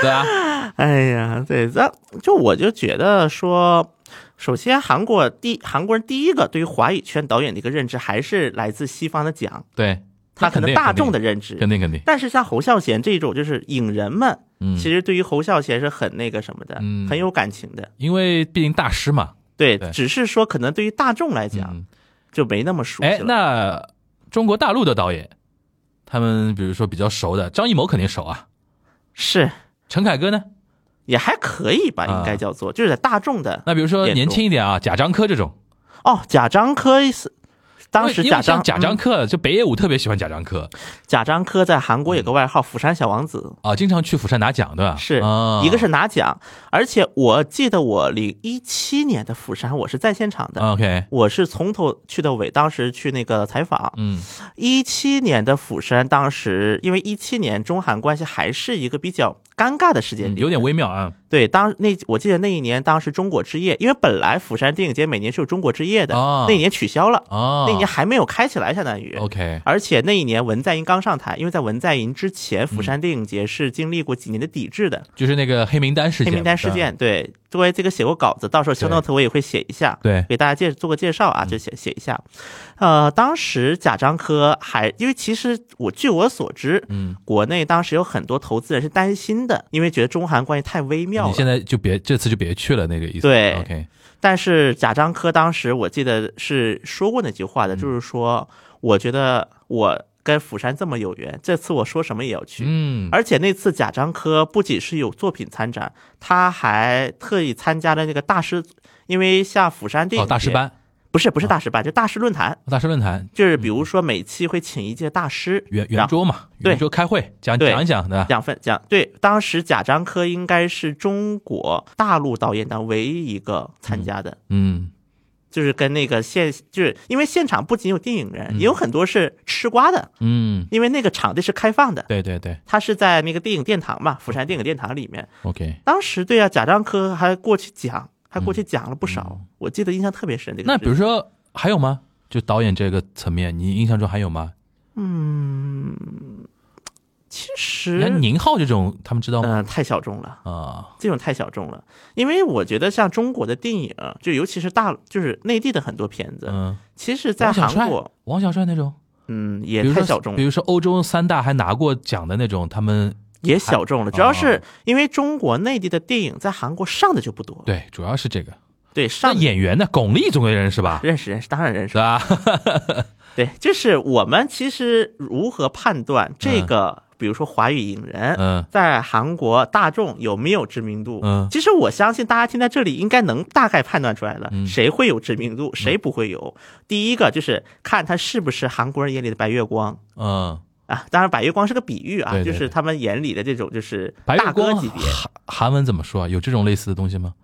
Speaker 5: 对啊吧？
Speaker 6: 哎呀，对，咱就我就觉得说，首先韩国第韩国人第一个对于华语圈导演的一个认知，还是来自西方的奖，
Speaker 5: 对，
Speaker 6: 他可能大众的认
Speaker 5: 肯
Speaker 6: 知。
Speaker 5: 定肯定，
Speaker 6: 但是像侯孝贤这种，就是影人们，
Speaker 5: 嗯，
Speaker 6: 其实对于侯孝贤是很那个什么的，
Speaker 5: 嗯
Speaker 6: 很有感情的。
Speaker 5: 因为毕竟大师嘛，
Speaker 6: 对，
Speaker 5: 对
Speaker 6: 只是说可能对于大众来讲，
Speaker 5: 嗯
Speaker 6: 就没那么熟悉
Speaker 5: 哎，
Speaker 6: 了。
Speaker 5: 那中国大陆的导演，他们比如说比较熟的，张艺谋肯定熟啊，
Speaker 6: 是
Speaker 5: 陈凯歌呢？
Speaker 6: 也还可以吧，
Speaker 5: 啊
Speaker 6: 应该叫做、就是在大众的
Speaker 5: 那比如说
Speaker 6: 眼熟
Speaker 5: 年轻一点啊，贾樟柯这种，
Speaker 6: 哦。贾樟柯是当时
Speaker 5: 因为因
Speaker 6: 贾
Speaker 5: 为像
Speaker 6: 樟
Speaker 5: 贾樟
Speaker 6: 嗯
Speaker 5: 柯，就北野武特别喜欢贾樟柯
Speaker 6: 贾樟柯在韩国有个外号“釜山小王子
Speaker 5: 嗯啊，经常去釜山拿奖，对吧？”，
Speaker 6: 是
Speaker 5: 啊
Speaker 6: 一个是拿奖，而且我记得我零一七年的釜山我是在现场的。
Speaker 5: 啊 OK，
Speaker 6: 我是从头去到尾，当时去那个采访。
Speaker 5: 嗯
Speaker 6: 一七年的釜山，当时因为一七年中韩关系还是一个比较尴尬的时间
Speaker 5: 嗯，
Speaker 6: 点，
Speaker 5: 有点微妙啊。
Speaker 6: 对，当那我记得那一年，当时中国之夜，因为本来釜山电影节每年是有中国之夜的，
Speaker 5: 哦
Speaker 6: 那一年取消了，
Speaker 5: 哦，
Speaker 6: 那一年还没有开起来，相当于。
Speaker 5: OK，
Speaker 6: 而且那一年文在寅刚上台，因为在文在寅
Speaker 5: 嗯
Speaker 6: 之前，釜山电影节是经历过几年的抵制的
Speaker 5: 就是那个黑名单事
Speaker 6: 黑
Speaker 5: 件，
Speaker 6: 名单
Speaker 5: 对
Speaker 6: 事
Speaker 5: 吧
Speaker 6: 件，对作为这个写过稿子，到时候
Speaker 5: 嗯对
Speaker 6: show note 我也会写一下，
Speaker 5: 对嗯
Speaker 6: 给大家介做个介绍啊，就写写一下。呃，当时贾樟柯还因为其实我据我所知，
Speaker 5: 嗯，
Speaker 6: 国内当时有很多投资人是担心的，因为觉得中韩关系太微妙
Speaker 5: 你
Speaker 6: 了。
Speaker 5: 现在就别这次就别去了，那个意思。
Speaker 6: 对
Speaker 5: ，OK，
Speaker 6: 但是贾樟柯当时我记得是说过那句
Speaker 5: 嗯
Speaker 6: 话的，就是说，我觉得我跟釜山这么有缘，这次我说什么也要去。
Speaker 5: 嗯，
Speaker 6: 而且那次贾樟柯不仅是有作品参展，他还特意参加了那个大师，因为像釜山电
Speaker 5: 哦，
Speaker 6: 影节、
Speaker 5: 大师班，嗯
Speaker 6: 不是不是大师班，就大师论坛，
Speaker 5: 大师论坛，
Speaker 6: 就是比如说每期会请一届大师，
Speaker 5: 圆
Speaker 6: 然
Speaker 5: 圆桌嘛，
Speaker 6: 对
Speaker 5: 圆桌开会讲
Speaker 6: 对
Speaker 5: 讲一讲的，
Speaker 6: 两份讲对，当时贾樟柯应该是中国大陆导演当唯一一个参加的，
Speaker 5: 嗯，
Speaker 6: 就是跟那个现，就是因为现场不仅有电影人，也有很多是吃瓜的，
Speaker 5: 嗯，
Speaker 6: 因为那个场地是开放的，
Speaker 5: 对对对
Speaker 6: 它是在那个电影殿堂嘛，釜山电影殿堂里面。
Speaker 5: ，OK。
Speaker 6: 当时对啊，贾樟柯还过去讲，还过去讲了不少，我记得印象特别深。这
Speaker 5: 嗯
Speaker 6: 个
Speaker 5: 那
Speaker 6: 事
Speaker 5: 比如说还有吗？就导演这个层面，你印象中还有吗？
Speaker 6: 其
Speaker 5: 那
Speaker 6: 实，
Speaker 5: 宁浩这种他们知道
Speaker 6: 嗯、
Speaker 5: 吗？
Speaker 6: 太小众了。
Speaker 5: 啊，
Speaker 6: 这种太小众了，因为我觉得像中国的电影，就尤其是大就是内地的很多片子，
Speaker 5: 嗯，
Speaker 6: 其实，在
Speaker 5: 王小
Speaker 6: 韩
Speaker 5: 帅
Speaker 6: 国，，
Speaker 5: 王小帅那种，
Speaker 6: 嗯，
Speaker 5: 比
Speaker 6: 也
Speaker 5: 如
Speaker 6: 太
Speaker 5: 说
Speaker 6: 小众了
Speaker 5: 比，如说欧洲三大还拿过奖的那种，他们
Speaker 6: 也小众了。
Speaker 5: 哦
Speaker 6: 主要是因为中国内地的电影在韩国上的就不多，
Speaker 5: 对，主要是这个。
Speaker 6: 对
Speaker 5: 那
Speaker 6: 上
Speaker 5: 演员呢？巩俐总归认识吧？
Speaker 6: 认识认识，当然认
Speaker 5: 是
Speaker 6: 识。
Speaker 5: 吧？
Speaker 6: 对，就是我们其实如何判断这个，比如说华语影人，
Speaker 5: 嗯
Speaker 6: 在韩国大众有没有知名度？
Speaker 5: 嗯
Speaker 6: 其实我相信大家听在这里应该能大概判断出来了，
Speaker 5: 嗯
Speaker 6: 谁会有知名度，谁不会有。第一个就是看他是不是韩国人眼里的白月光
Speaker 5: 嗯，
Speaker 6: 啊，当然白月光是个比喻啊，
Speaker 5: 对对对
Speaker 6: 就是他们眼里的这种就是
Speaker 5: 白
Speaker 6: 大
Speaker 5: 月
Speaker 6: 哥
Speaker 5: 光
Speaker 6: 级别。
Speaker 5: 韩韩文怎么说啊？有这种类似的东西吗？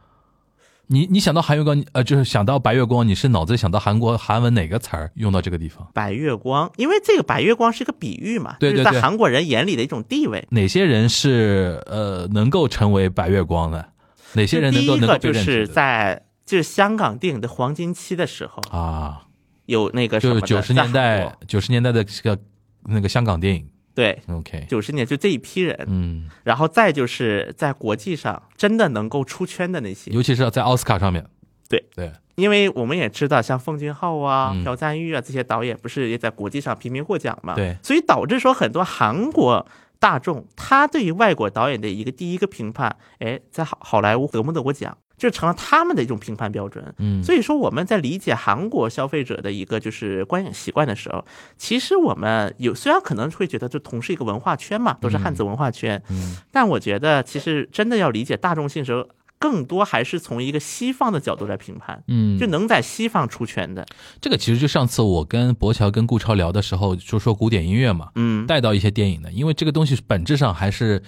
Speaker 5: 你你想到韩月光，呃，就是想到白月光，你是脑子里想到韩国韩文哪个词儿用到这个地方？
Speaker 6: 白月光，因为这个白月光是个比喻嘛，
Speaker 5: 对对
Speaker 6: 就是
Speaker 5: 对
Speaker 6: 在韩国人眼里的一种地位。
Speaker 5: 哪些人是呃能够成为白月光的？哪些人能
Speaker 6: 第
Speaker 5: 够
Speaker 6: 一
Speaker 5: 能
Speaker 6: 个
Speaker 5: 够被
Speaker 6: 就
Speaker 5: 认
Speaker 6: 是
Speaker 5: 识的？
Speaker 6: 在就是香港电影的黄金期的时候，
Speaker 5: 啊，
Speaker 6: 有那个什
Speaker 5: 就
Speaker 6: 么
Speaker 5: 是
Speaker 6: 的
Speaker 5: 九十年，
Speaker 6: 在韩
Speaker 5: 代
Speaker 6: 国
Speaker 5: 九十年代的这个那个香港电影。
Speaker 6: 对
Speaker 5: OK，
Speaker 6: 九十年就这一批人，
Speaker 5: 嗯，
Speaker 6: 然后再就是在国际上真的能够出圈的那些，
Speaker 5: 尤其是在奥斯卡上面。
Speaker 6: 对
Speaker 5: 对，
Speaker 6: 因为我们也知道，像奉俊昊啊
Speaker 5: 嗯、
Speaker 6: 朴赞玉啊这些导演，不是也在国际上频频获奖嘛？
Speaker 5: 对
Speaker 6: 所以导致说很多韩国大众他对于外国导演的一个第一个评判，哎，在好好莱坞得不得过奖，就成了他们的一种评判标准。
Speaker 5: 嗯，
Speaker 6: 所以说，我们在理解韩国消费者的一个就是观影习惯的时候，其实我们有虽然可能会觉得就同是一个文化圈嘛，都是汉字文化圈，
Speaker 5: 嗯
Speaker 6: 但我觉得其实真的要理解大众性时候，更多还是从一个西方的角度来评判，
Speaker 5: 嗯，
Speaker 6: 就能在西方出圈的，
Speaker 5: 这个其实就上次我跟博乔跟顾超聊的时候，就说古典音乐嘛，
Speaker 6: 嗯，
Speaker 5: 带到一些电影的，因为这个东西本质上还是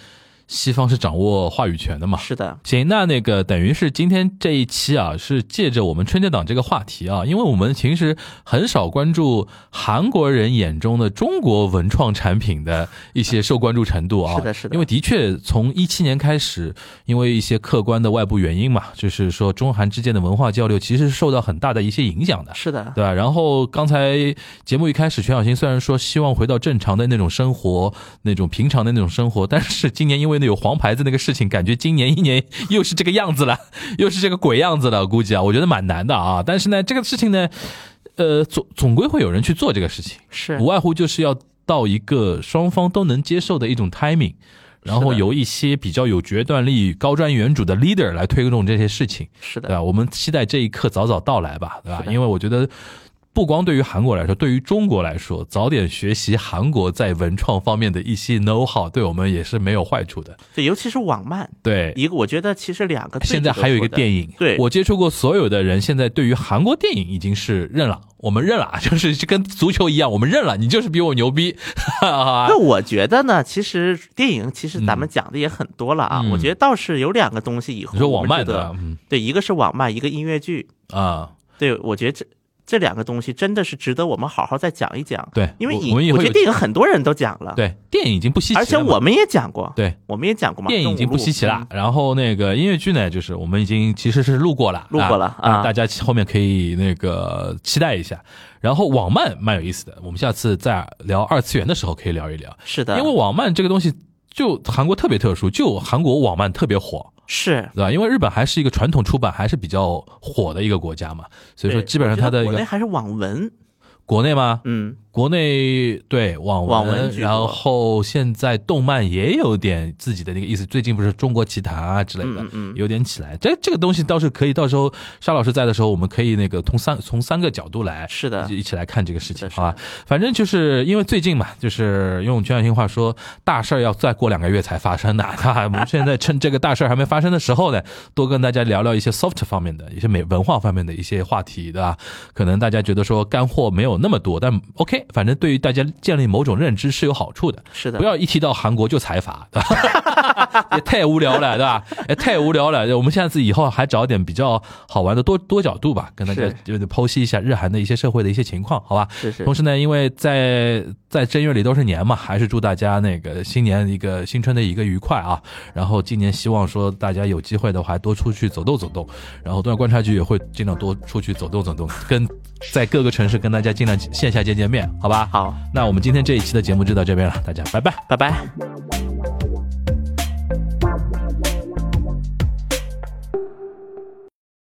Speaker 5: 西方是掌握话语权的嘛。
Speaker 6: 是的，
Speaker 5: 行，那那个等于是今天这一期啊，是借着我们春节档这个话题啊，因为我们其实很少关注韩国人眼中的中国文创产品的一些受关注程度啊。
Speaker 6: 是的是的
Speaker 5: 因为的确从一七年开始，因为一些客观的外部原因嘛，就是说中韩之间的文化交流其实是受到很大的一些影响的。
Speaker 6: 是的，
Speaker 5: 对吧？然后刚才节目一开始，全小新虽然说希望回到正常的那种生活，那种平常的那种生活，但是今年因为那有黄牌子那个事情，感觉今年一年又是这个样子了， 又是这个鬼样子了，估计啊，我觉得蛮难的啊。但是呢，这个事情呢，呃，总总归会有人去做这个事情，
Speaker 6: 是
Speaker 5: 无外乎就是要到一个双方都能接受的一种 timing。然后
Speaker 6: 是的
Speaker 5: 由一些比较有决断力、高瞻远瞩的 leader 来推动这些事情，
Speaker 6: 是
Speaker 5: 对啊
Speaker 6: 的，
Speaker 5: 吧？我们期待这一刻早早到来吧，对吧
Speaker 6: 是？的
Speaker 5: 因为我觉得，不光对于韩国来说，对于中国来说，早点学习韩国在文创方面的一些 know how，对我们也是没有坏处的。
Speaker 6: 对，尤其是网漫，
Speaker 5: 对，
Speaker 6: 一个我觉得其实两个
Speaker 5: 现在还有一个
Speaker 6: 影，
Speaker 5: 电影，
Speaker 6: 对
Speaker 5: 我接触过所有的人，现在对于韩国电影已经是认了，我们认了 啊，就是就跟足球一样，我们认了，你就是比我牛逼， 哈
Speaker 6: 那
Speaker 5: 哈。
Speaker 6: 我觉得呢，其实电影其实咱们
Speaker 5: 嗯
Speaker 6: 讲的也很多了啊，
Speaker 5: 嗯
Speaker 6: 我觉得倒是有两个东西以后
Speaker 5: 你说
Speaker 6: 我
Speaker 5: 网
Speaker 6: 们
Speaker 5: 漫
Speaker 6: 觉
Speaker 5: 的
Speaker 6: 得
Speaker 5: 啊，嗯
Speaker 6: 对，一个是网漫，一个音乐剧。
Speaker 5: 啊，
Speaker 6: 对，我觉得这这两个东西真的是值得我们好好再讲一讲。
Speaker 5: 对
Speaker 6: 因为
Speaker 5: 我
Speaker 6: 你
Speaker 5: 我们以
Speaker 6: 我
Speaker 5: 后
Speaker 6: 觉
Speaker 5: 有
Speaker 6: 得电影很多人都讲了，，
Speaker 5: 对，电影已经不稀奇了
Speaker 6: 而
Speaker 5: 嘛，
Speaker 6: 且我们也讲过，
Speaker 5: 对。
Speaker 6: 我们也讲过嘛，
Speaker 5: 电影已经不稀奇了
Speaker 6: 嗯。，
Speaker 5: 然后那个音乐剧呢，就是我们已经其实是录过了，
Speaker 6: 录过了
Speaker 5: 啊，
Speaker 6: 啊
Speaker 5: 大家后面可以那个期待一下。然后网漫蛮有意思的，我们下次再聊二次元的时候可以聊一聊，
Speaker 6: 是的，
Speaker 5: 因为网漫这个东西就韩国特别特殊，就韩国网漫特别火，
Speaker 6: 是，
Speaker 5: 对吧？因为日本还是一个传统出版还是比较火的一个国家嘛，所以说
Speaker 6: 对
Speaker 5: 基本上它的
Speaker 6: 我
Speaker 5: 一
Speaker 6: 觉得国内啊
Speaker 5: 个
Speaker 6: 还是网文，
Speaker 5: 国内吗？
Speaker 6: 嗯，
Speaker 5: 国内对网文，
Speaker 6: 网文居多
Speaker 5: 然后现在动漫也有点自己的那个意思。最近不是中国奇谭啊之类的，
Speaker 6: 嗯嗯嗯
Speaker 5: 有点起来。这这个东西倒是可以，到时候沙老师在的时候，我们可以那个从三从三个角度来，
Speaker 6: 是的
Speaker 5: 一起来看这个事
Speaker 6: 是
Speaker 5: 情，
Speaker 6: 的
Speaker 5: 好吧？反正就是因为最近嘛，就是用全小新话说，大事儿要再过两个月才发生的。哈，我们现在趁这个大事儿还没发生的时候呢， 多跟大家聊聊一些 soft 方面的、一些美文化方面的一些话题，对吧？可能大家觉得说干货没有那么多，但 OK，反正对于大家建立某种认知是有好处的。
Speaker 6: 是的，
Speaker 5: 不要一提到韩国就财阀， 对吧？ 也太无聊了，对吧？也太无聊了。我们下次以后还找点比较好玩的多多角度吧，跟大家
Speaker 6: 是
Speaker 5: 就剖析一下日韩的一些社会的一些情况，好吧？
Speaker 6: 是是
Speaker 5: 同时呢，因为在在正月里都是年嘛，还是祝大家那个新年一个新春的一个愉快啊。然后今年希望说大家有机会的话，多出去走动走动。然后东亚观察局也会尽量多出去走动走动，跟在各个城市跟大家尽量线下见见面，好吧？
Speaker 6: 好，
Speaker 5: 那我们今天这一期的节目就到这边了，大家拜拜。
Speaker 6: 拜拜。